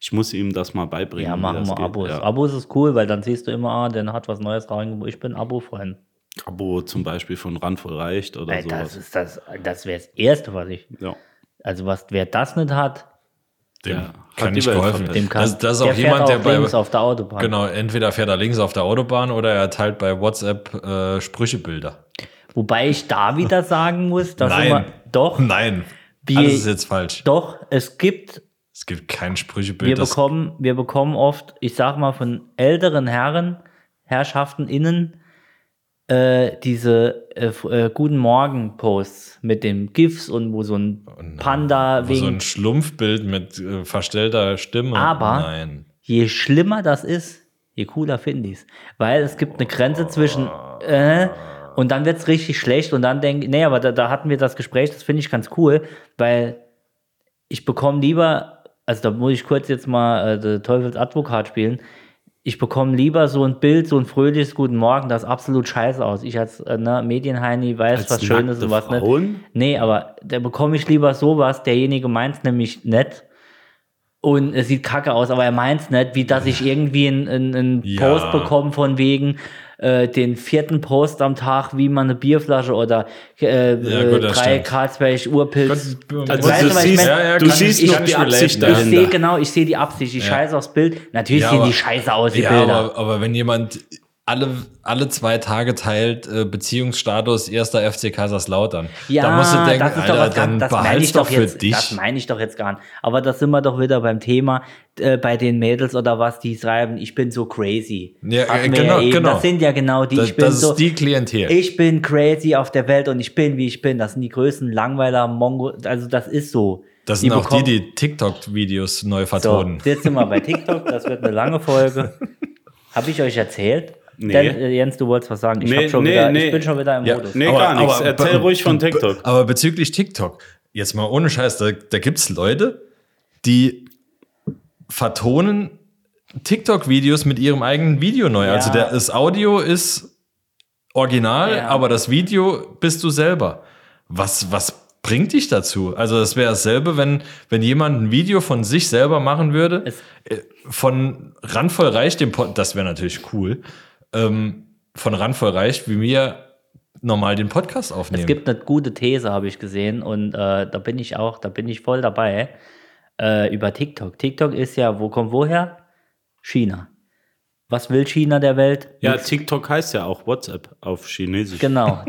Ich muss ihm das mal beibringen.
Ja,
wie
machen
das
wir
geht.
Abos.
Ja.
Abos ist cool, weil dann siehst du immer, ah, der hat was Neues reingebracht. Ich bin Abo-Freund.
Abo zum Beispiel von Randvoll reicht oder
Ey, das
sowas.
ist das, das wäre das Erste, was ich.
Ja.
Also was, wer das nicht hat,
Dem
Ja.
kann
Hat
nicht
die Welt
geholfen
verbessert.
werden.
dem kann
das, das ist auch
fährt
jemand, der
auch
bei.
links auf der Autobahn.
Genau, entweder fährt er links auf der Autobahn oder er teilt bei WhatsApp äh, Sprüchebilder.
Wobei ich da wieder sagen muss, dass immer,
Nein.
doch,
Nein.
Wie-
Alles ist jetzt falsch.
doch, es gibt
Es gibt kein
wir
Sprüchebild. das-
bekommen, wir bekommen oft, ich sag mal, von älteren Herren, Herrschaften innen, äh, diese äh, f- äh, Guten Morgen-Posts mit den GIFs und wo so ein Panda
wo
wegen.
so ein Schlumpfbild mit äh, verstellter Stimme.
Aber-
Nein.
je schlimmer das ist, je cooler finde ich es. Weil es gibt eine Grenze zwischen. Äh, und dann wird es richtig schlecht und dann denke ich, nee, aber da, da hatten wir das Gespräch, das finde ich ganz cool, weil ich bekomme lieber, also da muss ich kurz jetzt mal äh, The Teufels Advokat spielen, ich bekomme lieber so ein Bild, so ein fröhliches Guten Morgen, das absolut scheiße aus. Ich als äh, ne, Medienheini weiß,
Als
was schön ist und was
nackte
nicht.
Frauen?
Nee, aber da bekomme ich lieber sowas, derjenige meint's nämlich nett. Und es sieht kacke aus, aber er meint's nicht, wie dass ich irgendwie einen, einen, einen
Ja.
Post bekomme von wegen äh, den vierten Post am Tag, wie man eine Bierflasche oder äh,
Ja, gut,
äh,
das
drei
stimmt.
Karlsberg Urpilz.
Gott,
Also
Weißt
du,
du, was ich
siehst,
meine?
Ja, ja,
du
kann
siehst
ich-
noch
kann
die
ich relaten,
Absicht
ja.
Ich sehe
dahinter.
genau, ich sehe die Absicht, ich scheiße aufs Bild. Natürlich
Ja,
sehen
aber-
die scheiße aus, die
ja,
Bilder.
aber, aber wenn jemand alle, alle zwei Tage teilt, äh, Beziehungsstatus erster FC Kaiserslautern,
Ja,
da musst du denken,
das ist doch
Alter,
was ganz,
dann
das meine ich
behalt's
doch,
doch für
jetzt,
dich.
das meine ich doch jetzt gar nicht. Aber da sind wir doch wieder beim Thema, äh, bei den Mädels oder was, die schreiben, ich bin so crazy.
Ja, äh,
Hatten wir
genau,
eben.
genau.
Das sind ja genau die,
das
ich bin
das
so,
ist die Klientel.
ich bin crazy auf der Welt und ich bin, wie ich bin. Das sind die größten Langweiler, Mongo, also das ist so.
das sind auch die,
bekommen-
die TikTok-Videos neu
so,
vertonen.
jetzt sind wir bei TikTok, das wird eine lange Folge. Habe ich euch erzählt?
Nee.
Denn, äh, Jens, du wolltest was sagen. Ich,
Nee,
hab schon
nee,
wieder,
nee.
ich bin schon wieder im
Ja,
Modus.
Nee,
Aber-
gar nichts.
aber-
Erzähl
be-
ruhig von
be-
TikTok.
Aber bezüglich TikTok, jetzt mal ohne Scheiß, da, da gibt es Leute, die vertonen TikTok-Videos mit ihrem eigenen Video neu. Also der, das Audio ist original,
Ja.
aber das Video bist du selber. Was, was bringt dich dazu? Also das wäre dasselbe, wenn, wenn jemand ein Video von sich selber machen würde,
Es-
äh, von Randvoll Reich, dem Pod das wäre natürlich cool, ähm, von Randvoll Reich, wie mir normal den Podcast aufnehmen.
Es gibt eine gute These, habe ich gesehen, und äh, da bin ich auch, da bin ich voll dabei. Äh, über TikTok. TikTok ist ja, wo kommt woher? China. Was will China der Welt?
Ja, TikTok heißt ja auch WhatsApp auf Chinesisch.
Genau.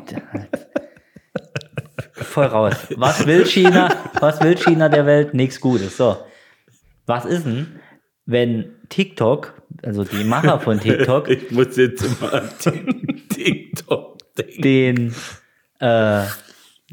voll raus. Was will China? Was will China der Welt? Nichts Gutes. So. Was ist denn, wenn TikTok, also die Macher von TikTok,
Ich muss jetzt immer an TikTok denken.
den äh,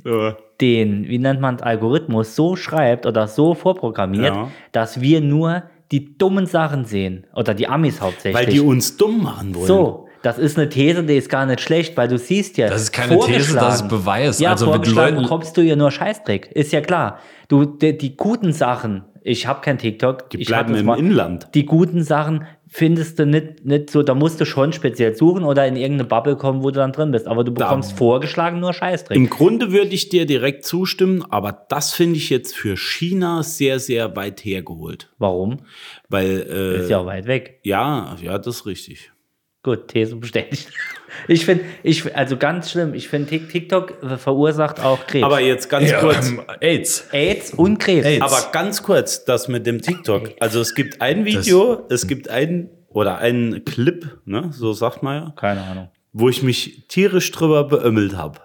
Ja.
den, wie nennt man Algorithmus so schreibt oder so vorprogrammiert,
Ja.
dass wir nur die dummen Sachen sehen. Oder die Amis hauptsächlich.
Weil die uns dumm machen wollen.
so, das ist eine These, die ist gar nicht schlecht, weil du siehst ja.
Das ist keine These, das ist
vorgeschlagen-
Beweis.
Ja,
Also
also
mit
vorgeschlagen
Leuten-
bekommst du ja nur Scheißdreck. Ist ja klar. Du, die, die guten Sachen, ich habe kein TikTok.
Die
ich hab
bleiben
das
im
mal-
Inland.
die guten Sachen findest du nicht, nicht so, da musst du schon speziell suchen oder in irgendeine Bubble kommen, wo du dann drin bist. Aber du bekommst vorgeschlagen nur Scheißdreck.
Im Grunde würde ich dir direkt zustimmen, aber das finde ich jetzt für China sehr, sehr weit hergeholt.
Warum?
Weil, äh,
Ist ja auch weit weg.
ja, ja, das ist richtig.
Gut, These bestätigt. Ich finde, ich, also ganz schlimm, ich finde, Tik- TikTok verursacht auch Krebs.
Aber jetzt ganz
Ja,
kurz.
ähm, AIDS.
AIDS und Krebs.
AIDS.
Aber ganz kurz, das mit dem TikTok. Also es gibt ein Video, es gibt einen oder einen Clip, ne, so sagt man ja,
Keine Ahnung.
wo ich mich tierisch drüber beömmelt habe.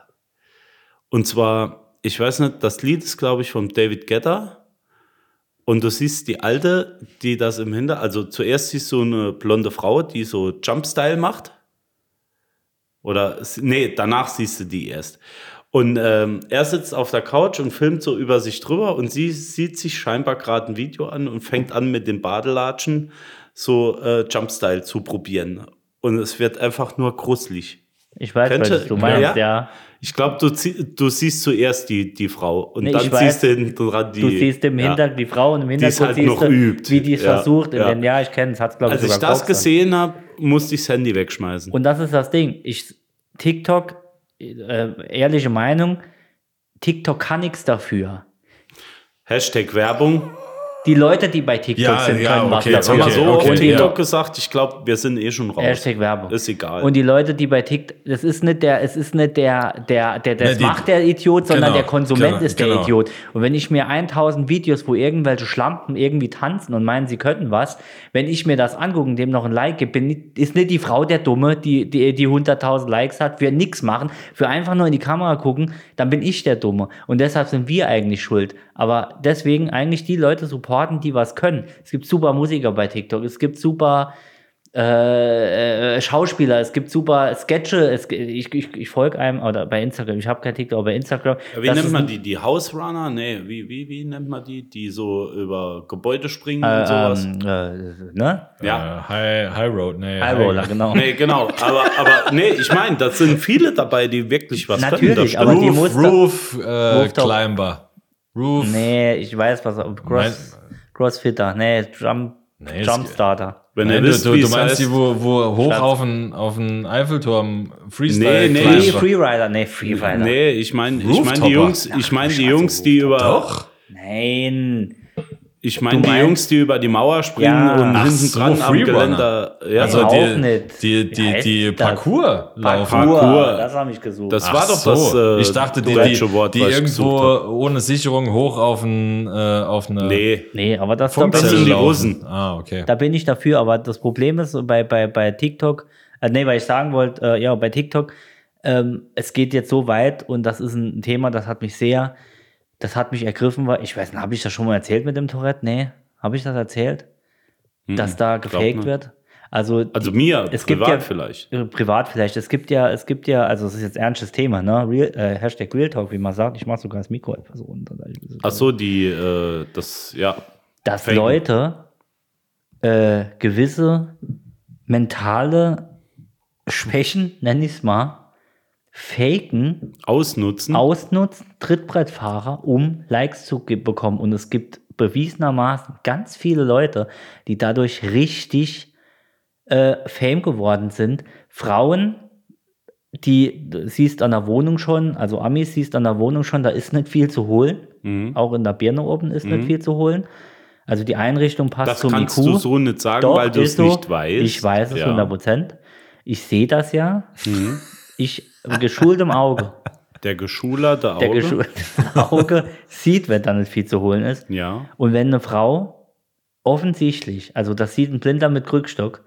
Und zwar, ich weiß nicht, das Lied ist, glaube ich, von David Guetta. Und du siehst die Alte, die das im Hinter... Also zuerst siehst du eine blonde Frau, die so Jump-Style macht. Oder, nee, danach siehst du die erst. Und ähm, er sitzt auf der Couch und filmt so über sich drüber und sie sieht sich scheinbar gerade ein Video an und fängt an mit den Badelatschen so äh, Jumpstyle zu probieren. Und es wird einfach nur gruselig.
Ich weiß,
Könnte-
was du meinst, ja.
ja. Ich glaube, du, zie- du siehst zuerst die, die Frau und
Nee, ich
dann
weiß.
siehst du hinten dran die.
Du siehst im
ja.
Hintergrund, die Frau und im
Die es
Hintergrund
halt
siehst
noch
du,
übt.
wie die es
Ja,
versucht. Ja.
ja.
In den, ja, ich kenne es, hat es, glaube
Als
ich,
ich
sogar
das
Koch
gesehen habe, musste ich das Handy wegschmeißen.
Und das ist das Ding. Ich, TikTok, äh, ehrliche Meinung, TikTok kann nichts dafür.
Hashtag Werbung.
Die Leute, die bei TikTok
Ja,
sind,
ja,
können was
okay,
Jetzt haben wir
okay,
so
okay,
auf TikTok
ja.
gesagt, ich glaube, wir sind eh schon raus.
Hashtag Werbung.
Ist egal.
Und die Leute, die bei TikTok, das ist nicht der, es ist nicht der, der, der, das
Ne, die-
macht der Idiot, sondern
Genau,
der Konsument
genau,
ist der
genau.
Idiot. Und wenn ich mir 1000 Videos, wo irgendwelche Schlampen irgendwie tanzen und meinen, sie könnten was, wenn ich mir das angucke und dem noch ein Like gebe, bin, nicht- ist nicht die Frau der Dumme, die, die, die 100.000 Likes hat, für nichts machen, für einfach nur in die Kamera gucken, dann bin ich der Dumme. Und deshalb sind wir eigentlich schuld. Aber deswegen eigentlich die Leute supporten, die was können. Es gibt super Musiker bei TikTok, es gibt super, äh, äh, Schauspieler, es gibt super Sketche, es, g- ich, ich, ich folge einem, oder bei Instagram, ich habe kein TikTok, aber bei Instagram.
Wie
das
nennt
ist
man
ein-
die? Die Hausrunner? Nee, wie, wie, wie nennt man die? Die so über Gebäude springen
Äh,
und sowas.
ähm, äh, ne?
ja.
Äh, High, High Road, nee.
High Roller, genau.
Nee, genau. Aber, aber nee, ich meine, das sind viele dabei, die wirklich was
Natürlich,
können. das stimmt.
aber genau. die
Roof,
muss-
Roof, äh,
Rooftop.
Climber. Roof.
Nee, ich weiß was, Cross, Crossfitter, nee, Jump,
Nee, es-
Jumpstarter.
Wenn
Nein,
ihr
du,
wisst,
du,
wie
du
es
meinst
heißt,
die, wo, wo hoch
Schatz.
auf den, auf den Eiffelturm Freestyle
Nee, nee.
Free,
climben.
Einfach.
Freerider, nee, Freerider.
Nee, ich meine ich mein
Rooftopper.
die Jungs, ich meine die Jungs, die über
Doch.
Nein.
ich meine die
meinst-
Jungs, die über die Mauer springen
Ja.
und
Ach
hinten
so,
dran am
Freerunner.
Geländer. Ja,
Also
Also
auch
die,
nicht.
die,
Wie
die,
heißt
die
das?
Parcours laufen.
Parkour,
Parkour.
das habe ich gesucht.
Das
Ach
war doch
so.
das äh,
ich dachte, die,
deutsche
die,
Wort,
die
was ich gesucht
irgendwo
hab.
ohne Sicherung hoch auf, ein, äh, auf eine
Nee,
nee, aber das da
Funkzelle
bin,
Das sind
ich,
die
laufen.
Russen.
Ah, okay.
da bin ich dafür, aber das Problem ist bei, bei, bei TikTok, äh, nee, weil ich sagen wollte, äh, ja, bei TikTok, ähm, es geht jetzt so weit und das ist ein Thema, das hat mich sehr, das hat mich ergriffen, weil ich weiß nicht, habe ich das schon mal erzählt mit dem Tourette? Nee, habe ich das erzählt, dass da gefaked
Hm, nicht.
wird? Also,
Also mir,
Es gibt
privat
ja-
vielleicht.
äh, privat vielleicht, es gibt ja, es gibt ja, also es ist jetzt ein ernstes Thema, ne? Real, äh, Hashtag Real Talk, wie man sagt, ich mache sogar das Mikro etwas runter.
Ach so, die, äh, das, ja.
dass
Faken.
Leute äh, gewisse mentale Schwächen, nenn ich es mal, faken,
Ausnutzen.
ausnutzen, Trittbrettfahrer, um Likes zu ge- bekommen. Und es gibt bewiesenermaßen ganz viele Leute, die dadurch richtig äh, Fame geworden sind. Frauen, die du siehst an der Wohnung schon, also Amis siehst an der Wohnung schon, da ist nicht viel zu holen.
Hm.
Auch in der Birne oben ist nicht viel zu holen. Also die Einrichtung passt
das
zum
kannst
IQ.
du so nicht sagen,
Doch,
weil du
ist
es
so.
nicht weißt.
Ich weiß es
ja. Hm.
100 Prozent. Ich sehe das ja. Ich mit geschultem Auge.
Der geschulerte Auge.
Der geschulte Auge sieht, wenn da nicht viel zu holen ist.
ja.
Und wenn eine Frau offensichtlich, also das sieht ein Blinder mit Rückstock,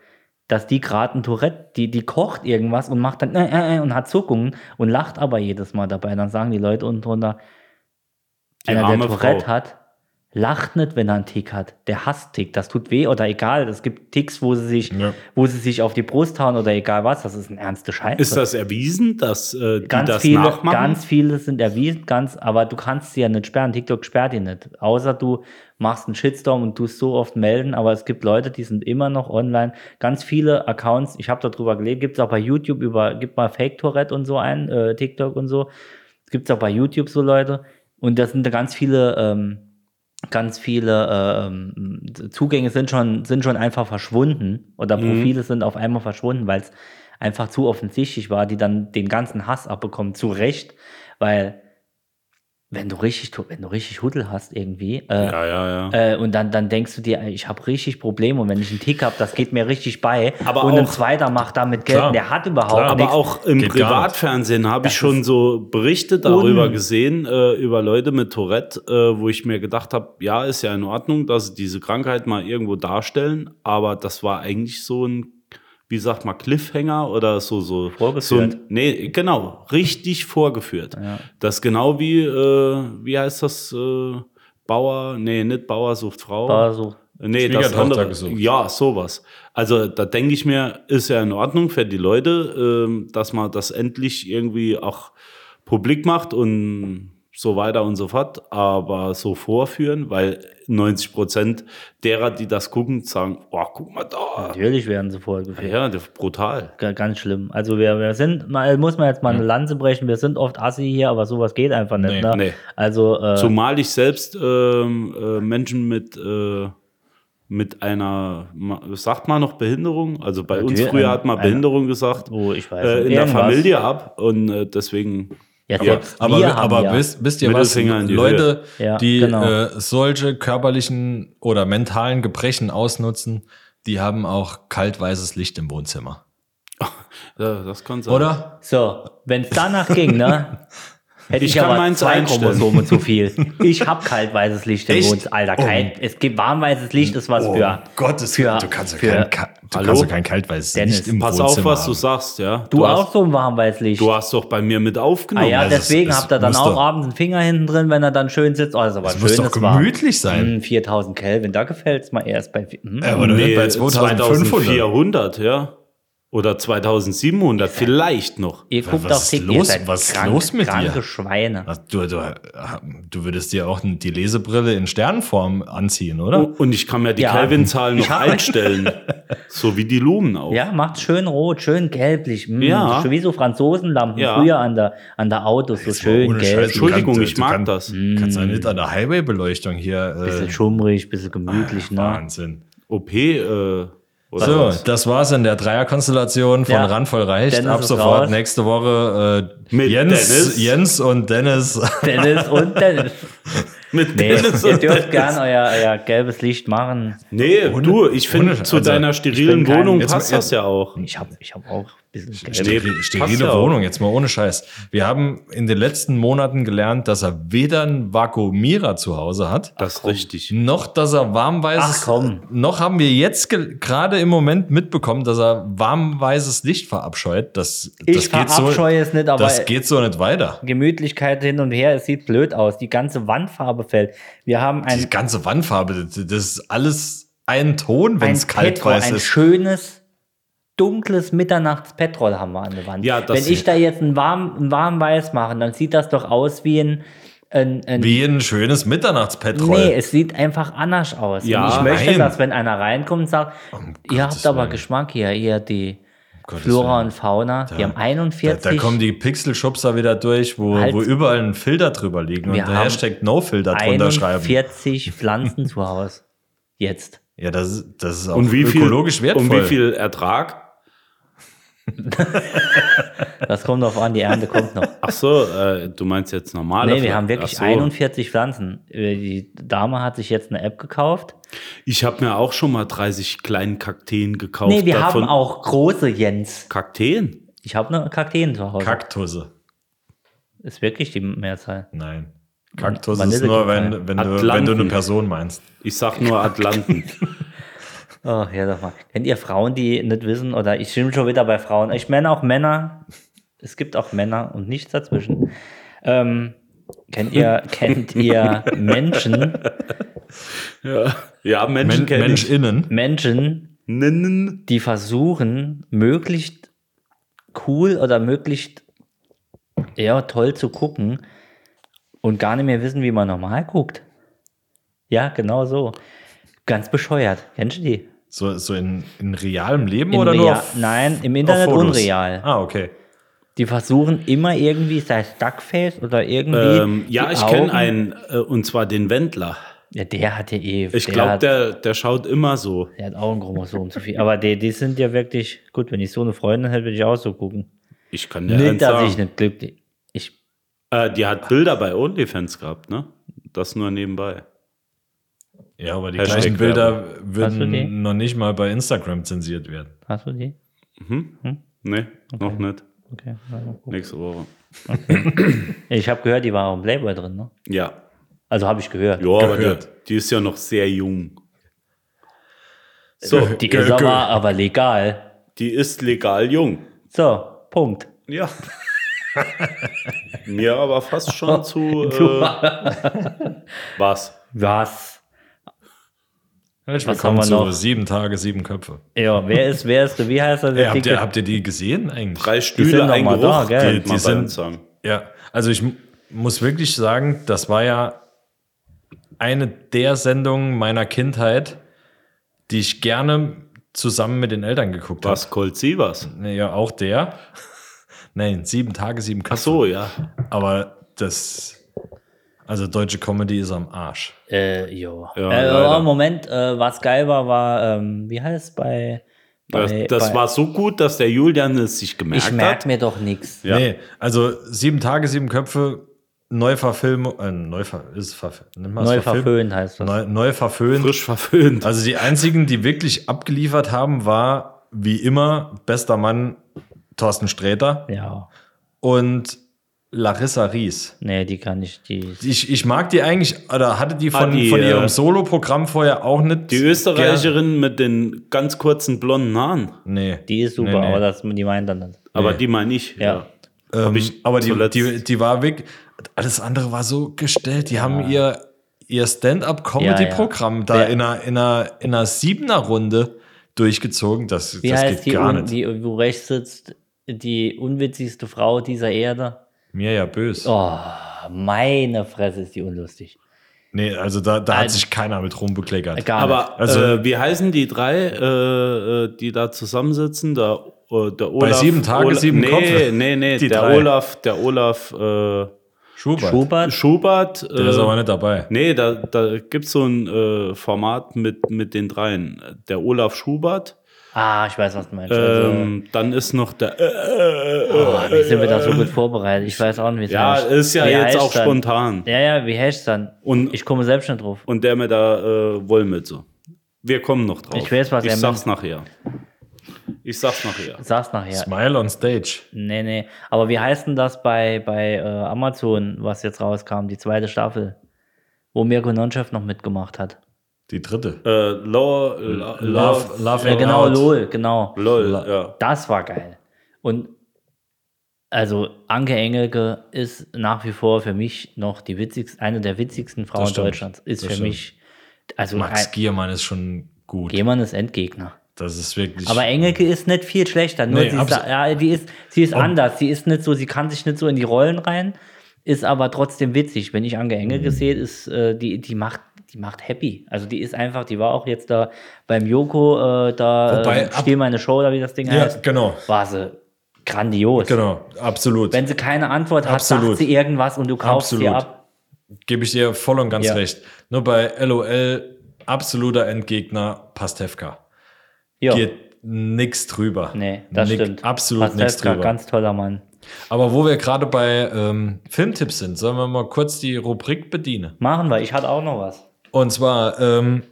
dass die gerade ein Tourette, die, die kocht irgendwas und macht dann äh, äh, äh und hat Zuckungen und lacht aber jedes Mal dabei, dann sagen die Leute unten drunter,
Die
einer, der
arme
Tourette
Frau.
hat, lacht nicht, wenn er einen Tick hat. Der hasst Tick, das tut weh oder egal. Es gibt Ticks, wo sie sich,
Ja.
wo sie sich auf die Brust hauen oder egal was, das ist ein ernste Scheiße
Ist das erwiesen, dass äh, die
ganz
das
viele,
nachmachen?
ganz viele sind erwiesen, ganz, aber du kannst sie ja nicht sperren. TikTok sperrt die nicht. Außer du machst einen Shitstorm und tust so oft melden, aber es gibt Leute, die sind immer noch online. Ganz viele Accounts, ich habe darüber gelesen, gibt es auch bei YouTube über, gib mal Fake Tourette und so ein, äh, TikTok und so. Gibt es auch bei YouTube so Leute. Und das sind da ganz viele, ähm, ganz viele äh, ähm, Zugänge sind schon, sind schon einfach verschwunden
Mhm.
oder Profile sind auf einmal verschwunden, weil es einfach zu offensichtlich war, die dann den ganzen Hass abbekommen, zu Recht, weil wenn du richtig, tu- wenn du richtig Huddel hast irgendwie äh,
ja, ja, ja.
äh, und dann, dann denkst du dir, ey, ich habe richtig Probleme und wenn ich einen Tick habe, das geht mir richtig bei
Aber
und ein
auch-
Zweiter macht damit Geld,
Klar.
und der hat überhaupt
Klar.
nichts.
aber auch im
Geht gar nicht.
Privatfernsehen habe ich schon so Berichte darüber gesehen, äh, über Leute mit Tourette, äh, wo ich mir gedacht habe, ja, ist ja in Ordnung, dass sie diese Krankheit mal irgendwo darstellen, aber das war eigentlich so ein, wie sagt man, Cliffhanger oder so, so.
Vorgeführt.
So ein, nee, genau, richtig vorgeführt. Das genau wie, äh, wie heißt das, äh, Bauer, nee, nicht Bauer sucht Frau.
Bauer sucht-
Nee, das
Schwiegertochter
andere.
gesucht.
Ja, sowas. Also da denke ich mir, ist ja in Ordnung für die Leute, ähm, dass man das endlich irgendwie auch publik macht und so weiter und so fort, aber so vorführen, weil 90 Prozent derer, die das gucken, sagen, oh, guck mal da.
Natürlich werden sie vorgeführt.
Ja, das ist brutal.
Ga- Ganz schlimm. Also wir, wir sind, mal, muss man jetzt mal eine Lanze brechen, wir sind oft assi hier, aber sowas geht einfach nicht.
Nee,
ne?
nee.
Also äh,
Zumal ich selbst ähm, äh, Menschen mit, äh, mit einer, ma- sagt man noch Behinderung? Also bei uns
Natürlich,
früher
ein-
hat man
eine-
Behinderung gesagt.
oh, ich weiß
äh, in
nicht,
der
irgendwas.
Familie ab und äh, deswegen
Ja, selbst
Aber,
wir haben
aber
ja.
wisst, wisst ihr was?
Mittelfinger in die
Leute,
Höhe. Ja,
die
genau.
äh, solche körperlichen oder mentalen Gebrechen ausnutzen, die haben auch kaltweißes Licht im Wohnzimmer.
Ja, das kann sein.
Oder?
So, wenn es danach ging, ne? Hätte ich,
Ich kann
aber
meins
zwei
einstellen.
Chromosome zu viel. Ich hab kaltweißes Licht im
Echt? Oh
Wohnzimmer. Alter, kein, es gibt warmweißes Licht, ist was Also für.
Gottes
für-
Willen, du kannst ja
für-
kein, Ka- du
Hallo?
kannst ja kein kaltweißes
Dennis,
Licht im
Pass
Wohnzimmer
auf, was du
haben.
sagst, ja.
Du,
hast,
auch so ein warmweißes Licht.
Du hast doch bei mir mit
ah
aufgenommen.
ja,
Also es-
deswegen
es
habt ihr dann
muss
auch
doch-
abends einen Finger hinten drin, wenn er dann schön sitzt. Oh, das ist aber
Es
schön,
muss doch
das war.
gemütlich sein.
Hm, 4000 Kelvin, da gefällt's mal erst bei. Hm.
Aber dann
nee,
bei 2500.
2400, ja. Oder 2700, vielleicht noch.
Ihr guckt
was
auf
ist
TikTok.
los? Was ist los mit dir?
kranke Schweine.
Ach, Du, du, du würdest dir auch die Lesebrille in Sternform anziehen,
Oh.
oder?
Und ich kann mir die
Ja.
Kelvin-Zahlen noch einstellen. so wie die Lumen auch.
Ja, macht schön rot, schön gelblich. Mm,
Ja.
Schon wie so Franzosenlampen
Ja.
früher an der, an der Autos, so schön
Ohne
gelb.
Scheiß, du kannst-
Entschuldigung, ich
du
mag
kannst- Hm.
das.
Du kannst ja nicht an der Highway-Beleuchtung
Hm. Bisschen
hier. Äh,
schummrig, bisschen gemütlich, ne?
Wahnsinn.
OP, äh, oder
So,
was?
das war's in der Dreierkonstellation von
Ja.
Randvoll reicht.
Dennis
Ab
ist
sofort
raus.
nächste Woche äh,
Mit
Jens,
Dennis.
Jens und Dennis.
Dennis und Dennis.
Mit
Nee,
Dennis
ihr
und
dürft
Dennis.
gern euer, euer gelbes Licht machen.
Nee, du, ich finde,
ohne-
zu
also,
deiner
bin
sterilen
kein-
Wohnung
jetzt-
passt das ja auch.
Ich habe ich hab auch ein bisschen gelb.
Nee,
Steri-
passt ja
Sterile
auch.
Wohnung, jetzt mal ohne Scheiß. Wir haben in den letzten Monaten gelernt, dass er weder einen Vakuumierer zu Hause hat,
Das ist richtig.
noch dass er warmweißes.
Ach, komm.
Noch haben wir jetzt ge- gerade im Moment mitbekommen, dass er warmweißes Licht verabscheut. Das,
Ich
das geht
verabscheue
so,
es nicht, aber-
Das geht so nicht weiter.
Gemütlichkeit hin und her, es sieht blöd aus. Die ganze Wandfarbe fällt. Wir haben
Die
ein,
ganze Wandfarbe, das das ist alles ein Ton, wenn
ein,
es kalt
Petrol,
weiß
ein
ist.
schönes, dunkles Mitternachtspetrol haben wir an der Wand.
Ja, das
Wenn ich da jetzt ein warm, ein warm Weiß mache, dann sieht das doch aus wie ein, ein, ein
Wie ein schönes Mitternachtspetrol.
Nee, es sieht einfach anders aus.
Ja,
und ich möchte,
nein. Um
dass wenn einer reinkommt und sagt, ihr habt
Gottes
aber
Willen. Um
Geschmack hier, ihr die
Gottes
Flora
Willen.
und Fauna, die haben 41.
Da, da kommen die Pixelschubser wieder durch, wo,
Halt.
wo überall ein Filter drüber liegen
Wir
und der
haben
Hashtag NoFilter drunter schreiben.
41 Pflanzen zu Hause. Jetzt.
Ja, das, ist- das ist auch
Und wie viel,
ökologisch wertvoll.
Und wie viel Ertrag?
Das kommt drauf an, die Ernte kommt noch.
Ach so, äh, du meinst jetzt normale?
Nee, wir
Pflanzen.
haben wirklich
Ach so.
41 Pflanzen. Äh, Die Dame hat sich jetzt eine App gekauft.
Ich habe mir auch schon mal 30 kleinen Kakteen gekauft.
nee, wir
davon
haben auch große Jens.
Kakteen.
Ich habe eine Kakteen zu Hause.
Kaktusse.
Ist wirklich die Mehrzahl.
Nein. Kaktus ist
Vanille-
nur, wenn, wenn, du, wenn du eine
Atlanten.
Person meinst.
Ich sag nur Atlanten.
Ach Oh, ja, sag mal. Kennt ihr Frauen, die nicht wissen, oder ich stimme schon wieder bei Frauen, ich meine auch Männer, es gibt auch Männer und nichts dazwischen. Ähm, kennt ihr, kennt ihr Menschen,
ja, Menschen
Men
kennen.
Mensch innen.
Menschen,
Nennen.
die versuchen, möglichst cool oder möglichst ja, toll zu gucken und gar nicht mehr wissen, wie man normal guckt? Ja, genau so. Ganz bescheuert. Kennst du die?
So, so in, in realem Leben
In
oder nur?
rea-
Auf,
Nein, im
auf
Internet
Fotos?
unreal.
Ah, okay.
Die versuchen immer irgendwie, sei es Duckface oder irgendwie.
Ähm, ja,
die
ich kenne
Augen-
einen, äh, und zwar den Wendler.
Ja, der hat ja eh.
Ich
der,
glaube,
hat-
der, der schaut immer so.
der hat auch ein Chromosom zu viel. Aber die, die sind ja wirklich. Gut, wenn ich so eine Freundin hätte, würde ich auch so gucken.
Ich kann dir eins
nicht, dass ich
sagen.
nicht glücklich. Ich.
Äh, die hat Bilder bei OnlyFans gehabt, ne? Das nur nebenbei.
Ja, aber die
Hashtag
gleichen Bilder
Hast du die?
würden noch nicht mal bei Instagram zensiert werden.
Hast du die?
Nee, noch nicht.
Okay. mal gucken.
Nächste Woche.
Ich habe gehört, die war auch im Playboy drin, ne?
Ja.
Also habe ich gehört.
Ja, aber die,
Gehört.
die ist ja noch sehr jung.
so, die
ge-
ist aber,
ge-
aber legal.
Die ist legal jung.
So, Punkt.
Ja. Mir aber fast schon zu.
Du-
Äh, was?
Was?
Herzlich
Was
willkommen
haben wir noch?
zu Sieben Tage, Sieben Köpfe.
Ja, wer ist, wer ist, wie heißt er?
Ey, Äh, habt, ihr, habt ihr die gesehen eigentlich?
Drei
sind
Stühle,
noch
ein
mal da,
Geruch.
gell?
könnte
Die-
man
die
bei
sind-
uns sagen.
Ja, also ich mu- muss wirklich sagen, das war ja eine der Sendungen meiner Kindheit, die ich gerne zusammen mit den Eltern geguckt habe.
Was, Colt Sievers?
Ja, auch der. Nein, Sieben Tage, Sieben
Ach
Köpfe.
so, ja.
Aber das, also deutsche Comedy ist am Arsch.
Äh, jo.
Ja,
äh,
leider.
oh, Moment, äh, was geil war, war, ähm, wie heißt bei
Das,
Bei-
das
bei-
war so gut, dass der Julian es sich gemerkt
Ich merke
hat.
mir doch nichts.
Ja.
Nee, also sieben Tage, sieben Köpfe, Neuverfilmung, äh, Neuver, ist verf nennt man das
Neu
verfilmt?
verföhnt heißt das.
Neu, neu verföhnt.
Frisch verföhnt.
Also die einzigen, die wirklich abgeliefert haben, war wie immer bester Mann Thorsten Sträter
Ja.
und Larissa Ries.
Nee, die kann ich, die.
Ich, ich mag die eigentlich, oder hatte die von,
Ah, die,
von ihrem
äh,
Solo-Programm vorher auch nicht.
Die Österreicherin mit den ganz kurzen blonden Haaren.
Nee.
Die ist super,
Nee, nee.
aber das, die meint dann nicht.
Aber
Nee.
die meine ich.
Ja.
Ähm,
ich
aber die,
zuletzt-
die, die war weg. Alles andere war so gestellt. Die haben ihr, ihr Stand-up-Comedy-Programm da
Wer-
in einer, in einer, in einer Siebener-Runde durchgezogen. Das,
Wie
das
heißt
geht
die,
gar
un,
nicht.
die, wo rechts sitzt, die unwitzigste Frau dieser Erde?
Mir ja böse.
Oh, meine Fresse ist die unlustig.
Nee, also da, da hat
Also-
sich keiner mit rumbekleckert.
Gar
Aber
Also-
äh, wie heißen die drei, äh, äh, die da zusammensitzen? Der, äh, der Olaf,
sieben Tage,
Ola-
sieben
nee,
Köpfe.
Nee, nee,
Die
der
drei.
Olaf, der Olaf äh,
Schubert.
nicht. Schubert?
Schubert. Äh,
Der ist aber nicht dabei.
Nee, da, da gibt es so ein äh, Format mit, mit den dreien. Der Olaf Schubert,
Ah, ich weiß, was du meinst. Also,
ähm, dann ist noch der. Äh, äh, äh,
oh, wie sind wir da so gut vorbereitet? Ich weiß auch nicht, wie es
ja,
heißt.
ist ja
Wie
jetzt
heißt
auch
dann?
spontan.
Ja, ja, wie heißt dann?
Und-
ich komme selbst nicht drauf.
Und der mit der äh, Wollmütze. Wir kommen noch drauf.
Ich weiß, was
Ich
er
sag's nachher. Ich sag's nachher.
Sag's nachher.
Smile on Stage.
Nee, nee. Aber wie heißt denn das bei, bei äh, Amazon, was jetzt rauskam, die zweite Staffel? Wo Mirko Nonchef noch mitgemacht hat.
Die dritte.
Äh, Law, Law,
Love, Love
Ja,
and
genau,
Out.
LOL, genau.
LOL, ja.
Das war geil. Und also Anke Engelke ist nach wie vor für mich noch die witzigste, eine der witzigsten Frauen
Das stimmt.
Deutschlands. Ist
Das
für
stimmt.
mich, also
Max
ein,
Giermann ist schon gut.
jemand ist Endgegner.
Das ist wirklich.
Aber Engelke ist nicht viel schlechter. Nur
Nee,
sie, ist,
abso-
da- ja, die ist, sie ist anders. Sie ist nicht so, sie kann sich nicht so in die Rollen rein, ist aber trotzdem witzig. Wenn ich Anke Engelke
Mhm.
sehe, ist äh, die, die macht die macht happy. Also die ist einfach, die war auch jetzt da beim Joko, äh, da
Wobei,
äh,
ab-
Still meine Show oder wie das Ding
ja,
heißt,
genau.
war sie grandios.
Genau, absolut.
Wenn sie keine Antwort hat,
Absolut.
sagt sie irgendwas und du kaufst sie
Absolut.
ab.
Gebe ich dir voll und ganz
Ja.
recht. Nur bei LOL absoluter Endgegner Pastewka.
Ja.
Geht nix drüber.
Nee, das
Nick-
stimmt.
Absolut nichts
Pastewka,
drüber.
ganz toller Mann.
Aber wo wir gerade bei ähm, Filmtipps sind, sollen wir mal kurz die Rubrik bedienen.
Machen wir. Ich hatte auch noch was.
Und zwar ähm,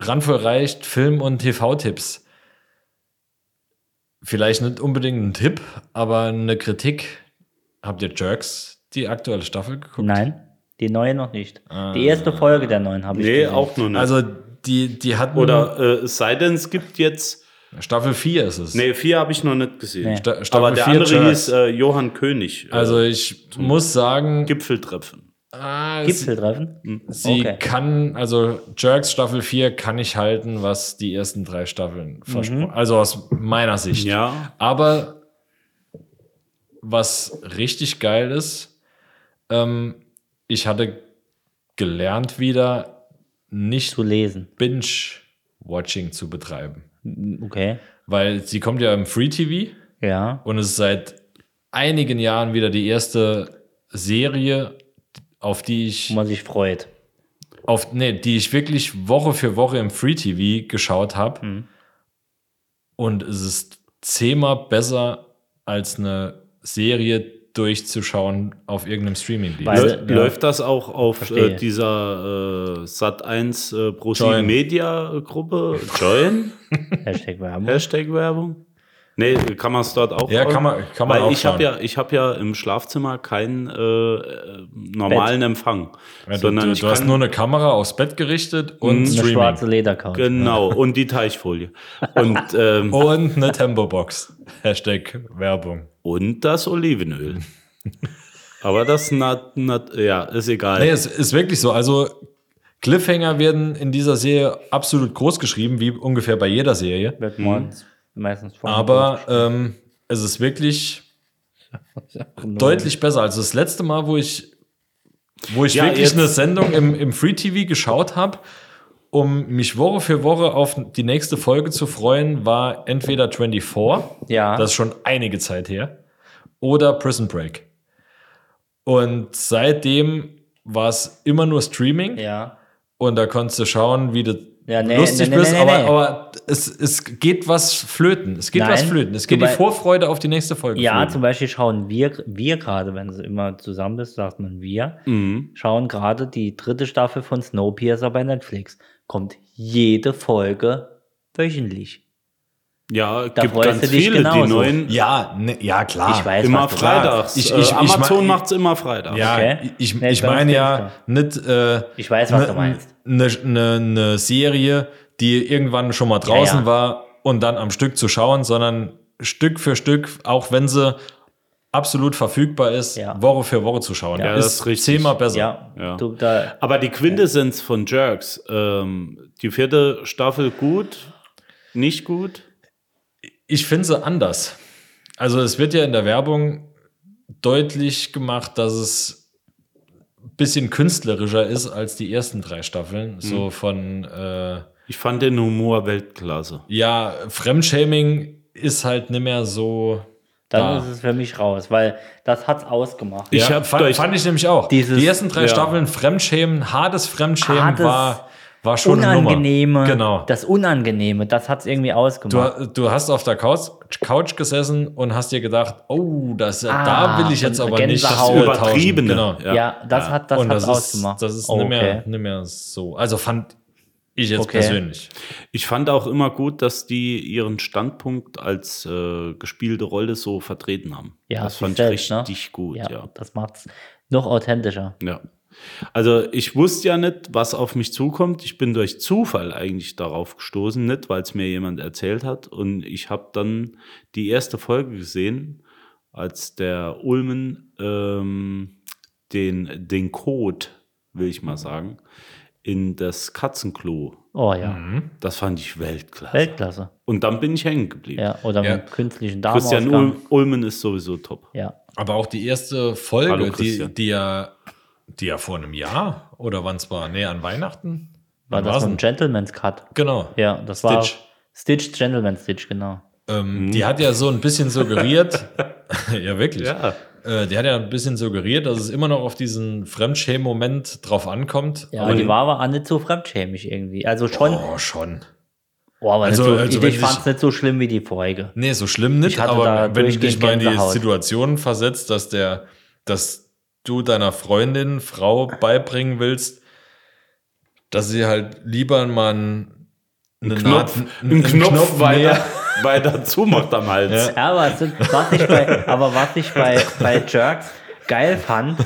Randvoll reicht Film- und TV-Tipps. Vielleicht nicht unbedingt ein Tipp, aber eine Kritik. Habt ihr Jerks die aktuelle Staffel geguckt? Ah.
Nein, die neue noch nicht. Die erste Folge der neuen habe ich
Nee,
gesehen.
auch nur nicht.
Also die, die hatten
Oder äh, es sei denn, es gibt jetzt.
Staffel 4 ist es.
Nee, vier habe ich noch nicht gesehen.
Nee.
Sta- Staffel
Aber der
vier
andere
Jerks.
hieß äh, Johann König. Äh,
Also ich muss sagen,
Gipfeltreffen.
ah, sie,
Gipfeltreffen?
sie
Okay.
kann, also Jerks Staffel 4 kann ich halten, was die ersten drei Staffeln versprochen. Also aus meiner Sicht.
Mhm. Ja.
Aber was richtig geil ist, ähm, ich hatte gelernt wieder, nicht
Zu lesen.
Binge-Watching zu betreiben.
Okay.
Weil sie kommt ja im Free-TV.
Ja.
Und es ist seit einigen Jahren wieder die erste Serie, auf die
Wo
ich,
man sich freut.
auf, nee, die ich wirklich Woche für Woche im Free TV geschaut habe. Und es ist zehnmal besser, als eine Serie durchzuschauen auf irgendeinem Streaming-Dienst.
Weil-
Lö
Also, ja.
Läuft das auch auf
Verstehe.
äh, dieser äh, Sat1 äh,
Join.
ProSieben Media Gruppe? Join?
Hashtag
Äh,
Werbung.
Hashtag Werbung? Nee, kann man es dort auch
Ja,
folgen?
kann man- kann man
Weil
auch
ich habe
schauen.
ja, ich hab ja im Schlafzimmer keinen äh, äh, normalen Empfang.
Ja, du
sondern
du,
ich
du hast
kann-
nur eine Kamera aufs Bett gerichtet und
Eine schwarze
Streaming.
Ledercouch.
Genau, und die Teichfolie. Und, ähm,
Und eine Tempobox. Hashtag Werbung.
und das Olivenöl. Aber das, na, na, ja, ist egal.
Nee, es ist wirklich so. Also Cliffhanger werden in dieser Serie absolut groß geschrieben, wie ungefähr bei jeder Serie.
Wird man meistens vorne
Hm. Aber ähm, es ist wirklich
drauf.
deutlich besser. Also das letzte Mal, wo ich, wo ich
Ja,
wirklich
jetzt-
eine Sendung im, im Free TV geschaut habe, um mich Woche für Woche auf die nächste Folge zu freuen, war entweder 24,
Ja.
das ist schon einige Zeit her, oder Prison Break. Und seitdem war es immer nur Streaming.
Ja.
Und da konntest du schauen, wie du
Ja, nee,
lustig
nee, nee,
bist,
nee,
aber,
nee.
aber es, es geht was flöten. Es geht
Nein.
was flöten. Es geht
Wobei-
die Vorfreude auf die nächste Folge.
Ja,
flöten.
zum Beispiel schauen wir, wir gerade, wenn es immer zusammen ist, sagt man wir,
Mhm.
schauen gerade die dritte Staffel von Snowpiercer bei Netflix. Kommt jede Folge wöchentlich.
Ja,
Da
gibt
freust
ganz
du dich
viele, die
genauso.
neuen.
Ja, ne, ja, klar.
Ich weiß,
immer
was du sagst.
freitags.
Ich-
Äh,
ich- ich
Amazon
mein-
macht's immer freitags.
Ja,
Okay.
ich, ich,
Nee,
ich
bei uns
meine ja
ging's
nicht. Äh,
Ich weiß, was du meinst.
Eine ne, ne Serie, die irgendwann schon mal draußen
ja.
war und dann am Stück zu schauen, sondern Stück für Stück, auch wenn sie absolut verfügbar ist,
Ja.
Woche für Woche zu schauen.
Ja, das ist richtig.
zehnmal besser.
Ja,
Ja.
Du, da,
Aber die Quintessenz von Jerks, ähm, die vierte Staffel gut, nicht gut.
Ich finde sie anders. Also es wird ja in der Werbung deutlich gemacht, dass es ein bisschen künstlerischer ist als die ersten drei Staffeln.
Mhm.
So von äh,
Ich fand den Humor Weltklasse.
ja, Fremdshaming ist halt nicht mehr so.
dann
da.
ist es für mich raus, weil das hat's ausgemacht.
Ich
ja,
hab
fand,
durch-
fand ich nämlich auch.
Dieses-
die ersten drei
ja.
Staffeln Fremdschämen, hartes Fremdschämen
Hartes,
war, war schon
Unangenehme,
eine Nummer. Genau.
das Unangenehme, das hat's irgendwie ausgemacht.
Du, du hast auf der Couch, Couch gesessen und hast dir gedacht, oh, das, da will ich jetzt
Ah, und
aber nicht
Gänsehaut.
drüber tauschen.
Übertriebene.
Genau.
ja, das hat das
und
hat's
das ist,
ausgemacht.
das ist
Oh,
nicht, mehr,
okay.
nicht mehr so. Also fand ich jetzt
Okay.
persönlich.
Ich fand auch immer gut, dass die ihren Standpunkt als äh, gespielte Rolle so vertreten haben.
Ja,
das
sich
fand
selbst,
ich
ne?
richtig gut, ja. ja.
Das macht's noch authentischer.
Also ich wusste ja nicht, was auf mich zukommt. Ich bin durch Zufall eigentlich darauf gestoßen, nicht weil es mir jemand erzählt hat. Und ich habe dann die erste Folge gesehen, als der Ulmen ähm, den, den Code, will ich mal sagen, in das Katzenklo.
Oh ja,
Mhm.
Das fand ich Weltklasse.
Weltklasse.
Und dann bin ich hängen geblieben.
Ja, oder
Ja.
mit künstlichen Darm
Christian Ul Ulmen ist sowieso top.
Ja,
Aber auch die erste Folge,
Hallo,
die,
Christian.
die ja die ja vor einem Jahr oder wann es war? Nee, an Weihnachten?
war
Wann
das
war's
so ein
denn?
Gentleman's Cut.
Genau.
Ja, das war
Stitch.
Stitch, Gentleman Stitch, genau.
Ähm, Die hat ja so ein bisschen suggeriert, ja wirklich, Äh, die hat ja ein bisschen suggeriert, dass es immer noch auf diesen Fremdschämen-Moment drauf ankommt.
Ja, aber die war aber auch nicht so fremdschämig irgendwie. Also schon, oh,
Oh, schon.
aber
Also-
nicht so,
also wenn
ich fand's
ich-
nicht so schlimm wie die Folge.
Nee, so schlimm nicht,
Ich hatte da
aber wenn du dich
durchgehend
mal in die
Gänsehaut.
Situation versetzt, dass der, dass du deiner Freundin, Frau beibringen willst, dass sie halt lieber mal einen, einen
Knopf,
Naht-
ein,
einen
Knopf,
mehr-
weiter, weiter zumacht am Hals.
Ja, aber, es sind- was ich bei, aber was ich bei, bei Jerks geil fand,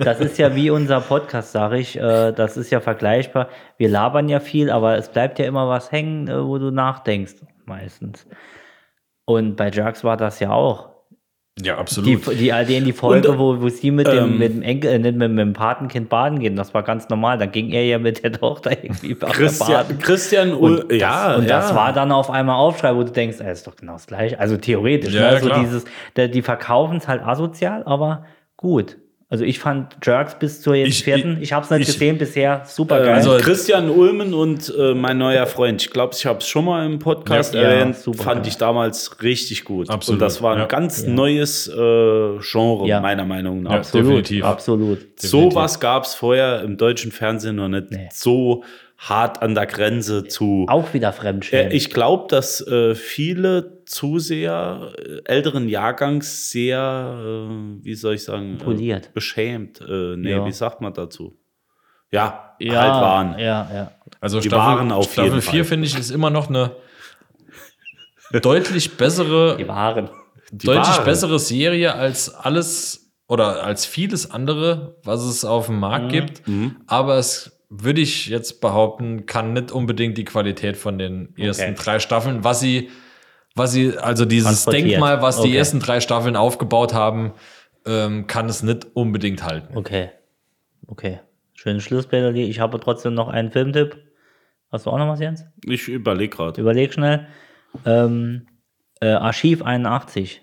das ist ja wie unser Podcast, sage ich, äh, das ist ja vergleichbar. Wir labern ja viel, aber es bleibt ja immer was hängen, äh, wo du nachdenkst, meistens. Und bei Jerks war das ja auch.
Ja,
Die,
absolut.
die, all die in die Folge,
Und,
wo, wo sie mit dem,
ähm,
mit dem Enkel, äh, nicht, mit, mit dem Patenkind baden gehen, das war ganz normal. Da ging er ja mit der Tochter irgendwie baden.
Christian, Christian Ul
Und
ja,
das, und das
ja.
war dann auf einmal Aufschrei, wo du denkst, ey, ist doch genau das gleiche. Also theoretisch,
Ja,
ne? so
klar.
dieses, der, die verkaufen es halt asozial, aber gut. Also ich fand Jerks bis zur jetzt
Ich-
vierten, ich,
ich-
habe es nicht
ich-
gesehen bisher, super geil.
also
Also-
Christian Ulmen und äh, mein neuer Freund, ich glaube, ich habe es schon mal im Podcast
Ja, ja,
erwähnt,
super.
fand ich damals richtig gut.
Absolut,
Und das war ein
ja.
ganz neues äh, Genre,
Ja.
meiner Meinung nach.
Ja, definitiv.
Absolut.
So was gab es vorher im deutschen Fernsehen noch nicht so hart an der Grenze zu
Auch wieder Fremdschämen.
Äh, Ich glaube, dass äh, viele Zuseher äh, älteren Jahrgangs sehr, äh, wie soll ich sagen, äh,
Poliert.
beschämt. Äh, nee,
Ja.
wie sagt man dazu? Ja,
ja,
halt waren.
Ja, ja.
Also
Die
Staffel,
waren auf
Staffel
jeden
4,
Fall.
finde ich, ist immer noch eine deutlich bessere,
Die waren.
deutlich
waren.
bessere Serie als alles oder als vieles andere, was es auf dem Markt gibt.
Mhm.
Aber es würde ich jetzt behaupten, kann nicht unbedingt die Qualität von den ersten drei Staffeln, was sie, was sie, also dieses
Transportiert.
Denkmal, was die
Okay.
ersten drei Staffeln aufgebaut haben, ähm, kann es nicht unbedingt halten.
Okay. Okay. Schönes Schlussplädoyer. Ich habe trotzdem noch einen Filmtipp. Hast du auch noch was, Jens?
Ich überlege gerade.
Überleg schnell. Ähm, äh, Archiv 81.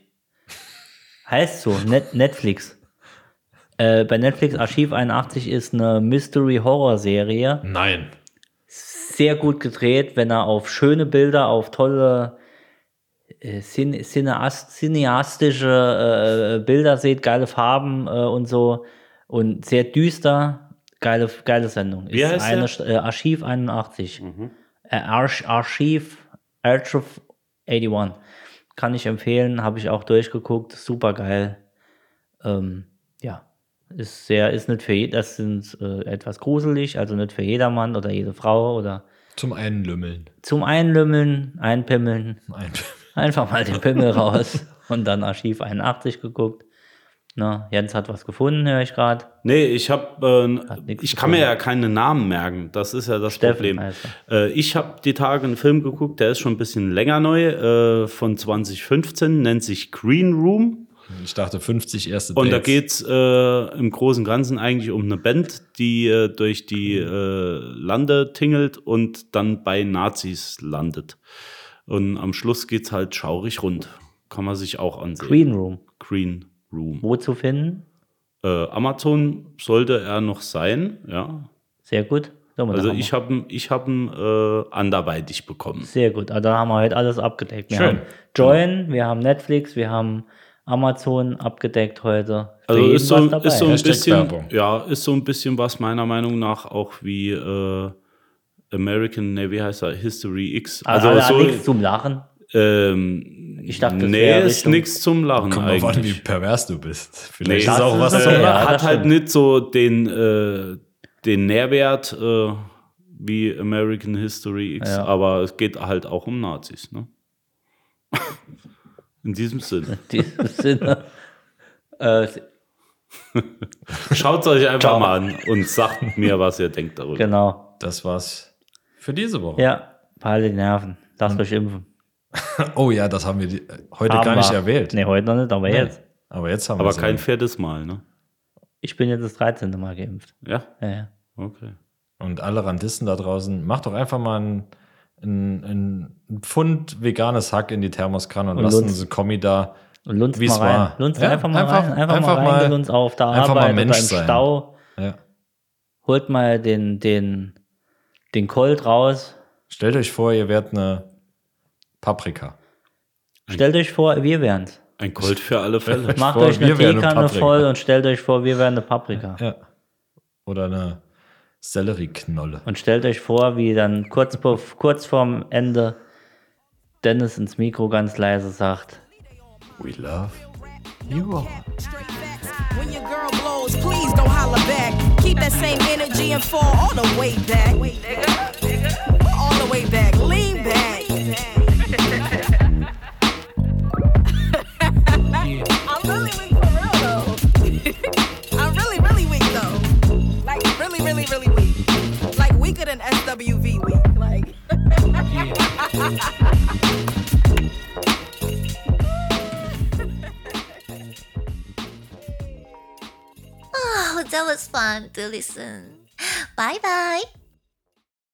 Heißt so, Net Netflix. Äh, bei Netflix Archiv 81 ist eine Mystery-Horror-Serie.
Nein.
Sehr gut gedreht, wenn er auf schöne Bilder, auf tolle äh, Cine Cineast cineastische äh, Bilder seht, geile Farben äh, und so. Und sehr düster, geile, geile Sendung.
Wie heißt
eine
der? Mhm.
St- äh, Archiv 81. äh, Arch, Archiv, Archive 81. Kann ich empfehlen, habe ich auch durchgeguckt, super geil. Ähm, ja, ist sehr, ist nicht für je- das sind äh, etwas gruselig, also nicht für jedermann oder jede Frau oder
Zum einen lümmeln.
zum Einlümmeln, Einpimmeln,
Ein-
einfach mal den Pimmel raus und dann Archiv 81 geguckt. Na, Jens hat was gefunden, höre ich gerade.
Nee, ich habe,
Hat
äh,
nix
ich
zu
kann
tun.
mir ja keine Namen merken. Das ist ja das
Steffen
Problem.
heißt
Äh, ich habe die Tage einen Film geguckt, der ist schon ein bisschen länger neu, äh, von 2015, nennt sich Green Room.
Ich dachte 50 erste
Und da
Dates.
geht's äh, im Großen und Ganzen eigentlich um eine Band, die äh, durch die äh, Lande tingelt und dann bei Nazis landet. Und am Schluss geht's halt schaurig rund. Kann man sich auch ansehen.
Green Room.
Green Room.
Wo zu finden?
Äh, Amazon sollte er noch sein, ja.
Sehr gut. So, da
Also
haben
ich
wir-
habe ich hab ihn äh, anderweitig bekommen.
Sehr gut. Also da haben wir heute alles abgedeckt. Wir
Schön.
haben Join, wir haben Netflix, wir haben Amazon abgedeckt heute. Für
Also
jeden
ist so,
was dabei.
ist so ein
Hashtag
bisschen,
Werbung.
ja, ist so ein bisschen was meiner Meinung nach auch wie äh, American, ne, wie heißt er, History X.
also,
Also
nichts
so,
zum Lachen.
ähm,
Ich dachte, das
nee,
wäre
ist
Richtung-
nichts zum Lachen
Guck mal, wann, wie
eigentlich.
pervers du bist.
Nee,
Vielleicht ist
das
auch
ist
was
es,
zum
ja.
äh,
Lachen.
das
hat halt
stimmt.
nicht so den, äh, den Nährwert äh, wie American History X,
Ja.
aber es geht halt auch um Nazis, ne? In diesem Sinne.
In diesem Sinne. äh,
Schaut es euch einfach
Ciao.
mal an und sagt mir, was ihr denkt darüber.
genau.
Das war's für diese Woche.
Ja, behalte die Nerven. Lasst euch impfen.
Oh ja, das haben wir die, heute
Haben
gar nicht
wir.
erwählt.
Nee, heute noch nicht, aber
Nee.
jetzt.
Aber jetzt haben wir
Aber
sie.
kein viertes Mal, ne?
Ich bin jetzt das 13. Mal geimpft.
Ja,
Ja, ja.
okay.
Und alle Randisten da draußen, macht doch einfach mal ein, ein, ein Pfund veganes Hack in die Thermoskanne und,
Und
lasst
Lunz.
uns Kommi da.
Und lunzt
Wie's
mal rein.
war.
Lunzt
Ja,
einfach mal
einfach-
rein. Einfach,
einfach
mal
mal-
rein. Lunzt auf der
einfach mal
Arbeit
Mensch
oder im
sein.
Stau.
Ja.
Holt mal den, den, den Colt raus.
Stellt euch vor, ihr werdet eine Paprika.
Stellt euch vor, wir wären's.
Ein Colt für alle Fälle.
Macht
vor,
euch
wir
eine
wären eine
Teekanne
Paprika.
voll und stellt euch vor, wir wären eine Paprika.
Ja. Oder eine Sellerieknolle.
Und stellt euch vor, wie dann kurz, vor- kurz vorm Ende Dennis ins Mikro ganz leise sagt.
We love.
Straight facts. When your girl blows, please don't holler back. Keep that same energy and fall all the way back. All the way back. Lean back. I'm really weak for real though. I'm really, really weak though. Like really, really, really weak. Like weaker than SWV weak. Like.
Oh, that was fun to listen. Bye bye.